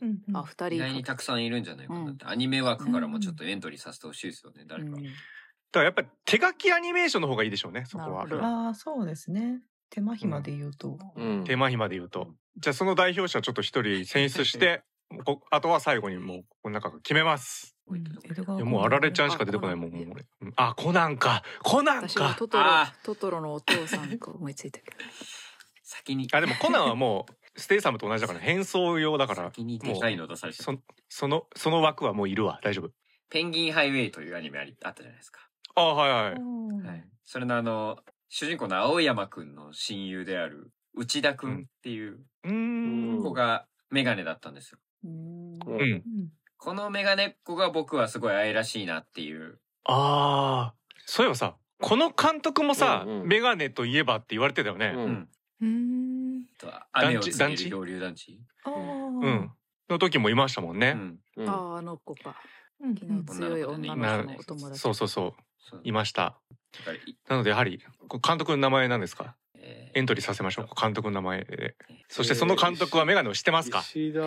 Speaker 3: んうん
Speaker 6: あ二
Speaker 4: 意
Speaker 6: 人
Speaker 4: 外にたくさんいるんじゃないかなって、アニメ枠からもちょっとエントリーさせてほしいですよね、誰か。
Speaker 1: だからやっぱり手書きアニメーションの方がいいでしょうねそこ
Speaker 6: な
Speaker 1: は
Speaker 6: るほど
Speaker 3: ああそうですね手間暇で言うと、
Speaker 2: うん
Speaker 1: 手間暇で言うとじゃあその代表者ちょっと一人選出してこあとは最後にもうこの中から決めます
Speaker 3: うん江戸
Speaker 1: い
Speaker 3: 川
Speaker 1: や
Speaker 3: コナン
Speaker 1: もうあられちゃんしか出てこないもんもう俺うんあコナンかコナン
Speaker 6: 私は
Speaker 1: か
Speaker 6: トトロ
Speaker 4: あ
Speaker 6: トトロのお父さんが思いついたけど
Speaker 4: 先に、
Speaker 1: あでもコナンはもうステイサムと同じだから変装用だから
Speaker 4: 先にでかいの出されてた
Speaker 1: そそのその枠はもういるわ大丈夫
Speaker 4: ペンギンハイウェイというアニメありあったじゃないですか。
Speaker 1: あはいは
Speaker 3: う
Speaker 1: い
Speaker 3: ん
Speaker 4: はい。それのあの、主人公の青山くんの親友である内田くんっていう
Speaker 1: うーん
Speaker 4: 子がメガネだったんですよ。
Speaker 6: うん
Speaker 1: うん
Speaker 3: うん
Speaker 4: このメガネっ子が僕はすごい愛らしいなっていう。
Speaker 1: ああそういえばさこの監督もさ、
Speaker 2: うんうん
Speaker 1: メガネといえばって言われてたよね、
Speaker 2: う
Speaker 4: うんん。
Speaker 3: うーん
Speaker 4: あとは、雨
Speaker 1: 団
Speaker 4: を
Speaker 1: 地
Speaker 4: 告
Speaker 1: 団
Speaker 4: げ
Speaker 1: 地
Speaker 4: る漂流団地。
Speaker 3: ああ
Speaker 1: うんの時もいましたもん
Speaker 4: う
Speaker 1: ね、
Speaker 4: ん。
Speaker 2: うん
Speaker 6: あああの子か
Speaker 3: うんうん
Speaker 6: 昨日強い女の子のお友達
Speaker 1: そうそうそう
Speaker 4: そう
Speaker 1: いました
Speaker 4: だからい
Speaker 1: なのでやはりこう監督の名前なんですか
Speaker 4: えー
Speaker 1: エントリーさせましょう監督の名前で
Speaker 4: え
Speaker 1: そしてその監督はメガネをしてますか、
Speaker 2: 石田。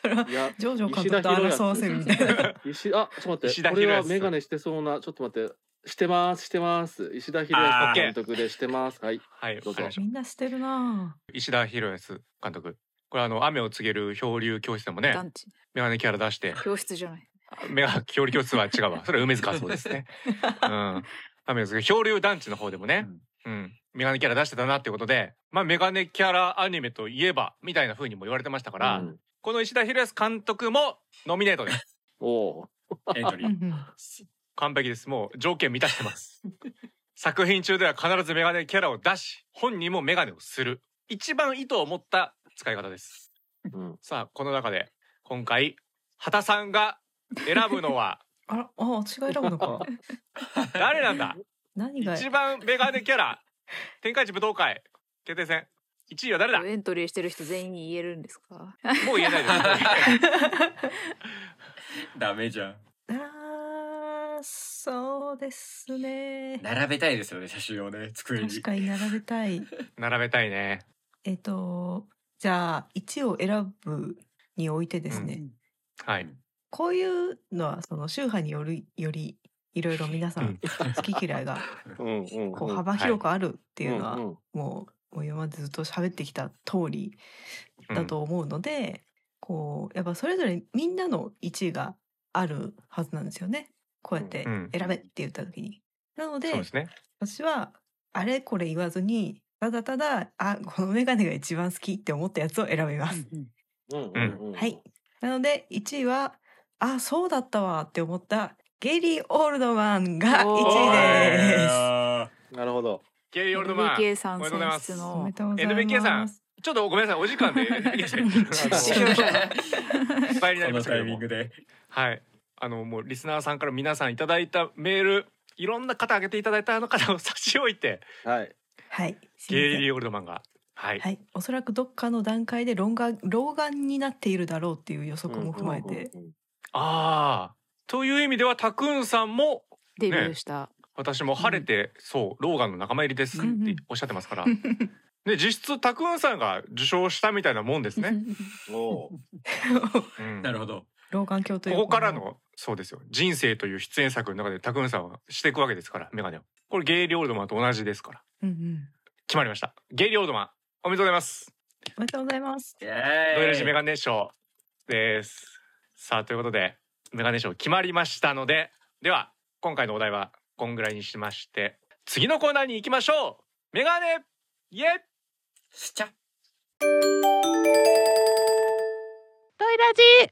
Speaker 3: それはい
Speaker 2: や。
Speaker 3: ジョジョ監督と争わせるみたい な
Speaker 2: 石あちょっと待
Speaker 1: 石
Speaker 2: って
Speaker 1: 田
Speaker 2: こ
Speaker 1: 博
Speaker 2: れ
Speaker 1: 康
Speaker 2: はメガネしてそうなちょっと待ってしてますしてます石田博
Speaker 1: あ
Speaker 2: 康
Speaker 1: ー
Speaker 2: 監督でしてますはい
Speaker 1: はい
Speaker 2: どうぞ
Speaker 1: わかりました
Speaker 3: みんなしてるな
Speaker 1: 石田博康監督これあの雨を告げる漂流教室でもね
Speaker 6: 団地
Speaker 1: メガネキャラ出して
Speaker 6: 教室じゃない
Speaker 1: メガ漂流教室は違うわそれは梅津和夫ですねうん雨を告げる漂流団地の方でもね、うん、メガネキャラ出してたなっていうことで、まあ、メガネキャラアニメといえばみたいな風にも言われてましたから、
Speaker 2: うん
Speaker 1: この石田博康監督もノミネートです。
Speaker 2: おお
Speaker 4: エントリ
Speaker 3: う
Speaker 4: ー。
Speaker 3: ん
Speaker 1: 完璧です。もう条件満たしてます。作品中では必ずメガネキャラを出し、本人もメガネをする。一番意図を持った使い方です。
Speaker 2: ー、うん、
Speaker 1: さあ、この中で今回、畑さんが選ぶのは
Speaker 3: あら、あ、私が選ぶの か。
Speaker 1: 誰なんだ
Speaker 3: 何が
Speaker 1: 一番メガネキャラ、天下一武道会、決定戦。1位は誰だ
Speaker 6: エントリーしてる人全員に言えるんですか
Speaker 1: もう言えないです。
Speaker 4: ダメじゃん。
Speaker 3: あーそうですね。
Speaker 4: 並べたいですよね、写真をね、机に。
Speaker 3: 確かに並べたい。
Speaker 1: 並べたいね。
Speaker 3: えっと、じゃあ、1を選ぶにおいてですね、
Speaker 1: うはい。
Speaker 3: こういうのは、その宗派による、より、いろいろ皆さ
Speaker 1: うん
Speaker 3: ん、好き嫌いが、
Speaker 2: うんうんうん
Speaker 3: こ う、幅広くあるっていうのは、
Speaker 2: ん
Speaker 3: もう、もう今までずっと喋ってきた通りだと思うので、こう、やっぱそれぞれみんなの1位があるはずなんですよね。こうやって
Speaker 1: う、ん。
Speaker 3: 選べって言った時に。なの
Speaker 1: そう
Speaker 3: で
Speaker 1: で、すね。
Speaker 3: 私はあれこれ言わずにただただあこのメガネが一番好きって思ったやつを選びます。
Speaker 2: う
Speaker 5: うん
Speaker 2: んうんうん
Speaker 3: はい。なので1位はあそうだったわって思ったゲイリー・オールドマンが
Speaker 6: おー
Speaker 3: 1位です。
Speaker 2: なるほど
Speaker 1: ゲイオールドマン。
Speaker 6: NBK さ
Speaker 1: おめ
Speaker 6: ん
Speaker 1: でとうございま
Speaker 6: 選
Speaker 1: す
Speaker 6: 出
Speaker 3: おめ
Speaker 6: の
Speaker 3: でとうございます。
Speaker 1: ちょっとごめんなさい、お時間で。いっぱいになりま
Speaker 4: この
Speaker 1: したけ
Speaker 4: タ
Speaker 1: ど
Speaker 4: イミ
Speaker 1: も
Speaker 4: ング。で。
Speaker 1: はい。あの、もうリスナーさんから皆さんいただいたメール、いろんな方挙げていただいたあの方を差し置いて、
Speaker 2: はい
Speaker 3: はい。すいま
Speaker 1: ゲイ
Speaker 3: せん
Speaker 1: リー・オールドマンが。はい。
Speaker 3: はい、おそらくどっかの段階で老眼老眼になっているだろうっていう予測も踏まえて、
Speaker 2: うんうんうん
Speaker 1: ああ。という意味では、タクーンさんも、
Speaker 6: デビューした、
Speaker 1: 私も晴れて、そう、ローガンの仲間入りですっ
Speaker 3: うんう
Speaker 1: て
Speaker 3: ん
Speaker 1: おっしゃってますから。で、実質、タクーンさんが受賞したみたいなもんです ね。
Speaker 2: おー
Speaker 1: うん
Speaker 4: なるほど。
Speaker 3: 老眼鏡という
Speaker 1: ここからのそうですよ人生という出演作の中でタクンさんはしていくわけですからメガネをこれゲイリー・オールドマンと同じですから
Speaker 3: うんうん。
Speaker 1: 決まりましたゲイリー・オールドマンおめでとうございます
Speaker 3: おめでとうございます。
Speaker 4: イ
Speaker 1: ドイラジメ
Speaker 4: ェーイ。
Speaker 1: ガネ賞ですさあということでメガネ賞決まりましたのででは今回のお題はこんぐらいにしまして次のコーナーに行きましょうメガネイエ
Speaker 4: スチャ
Speaker 7: トイラジ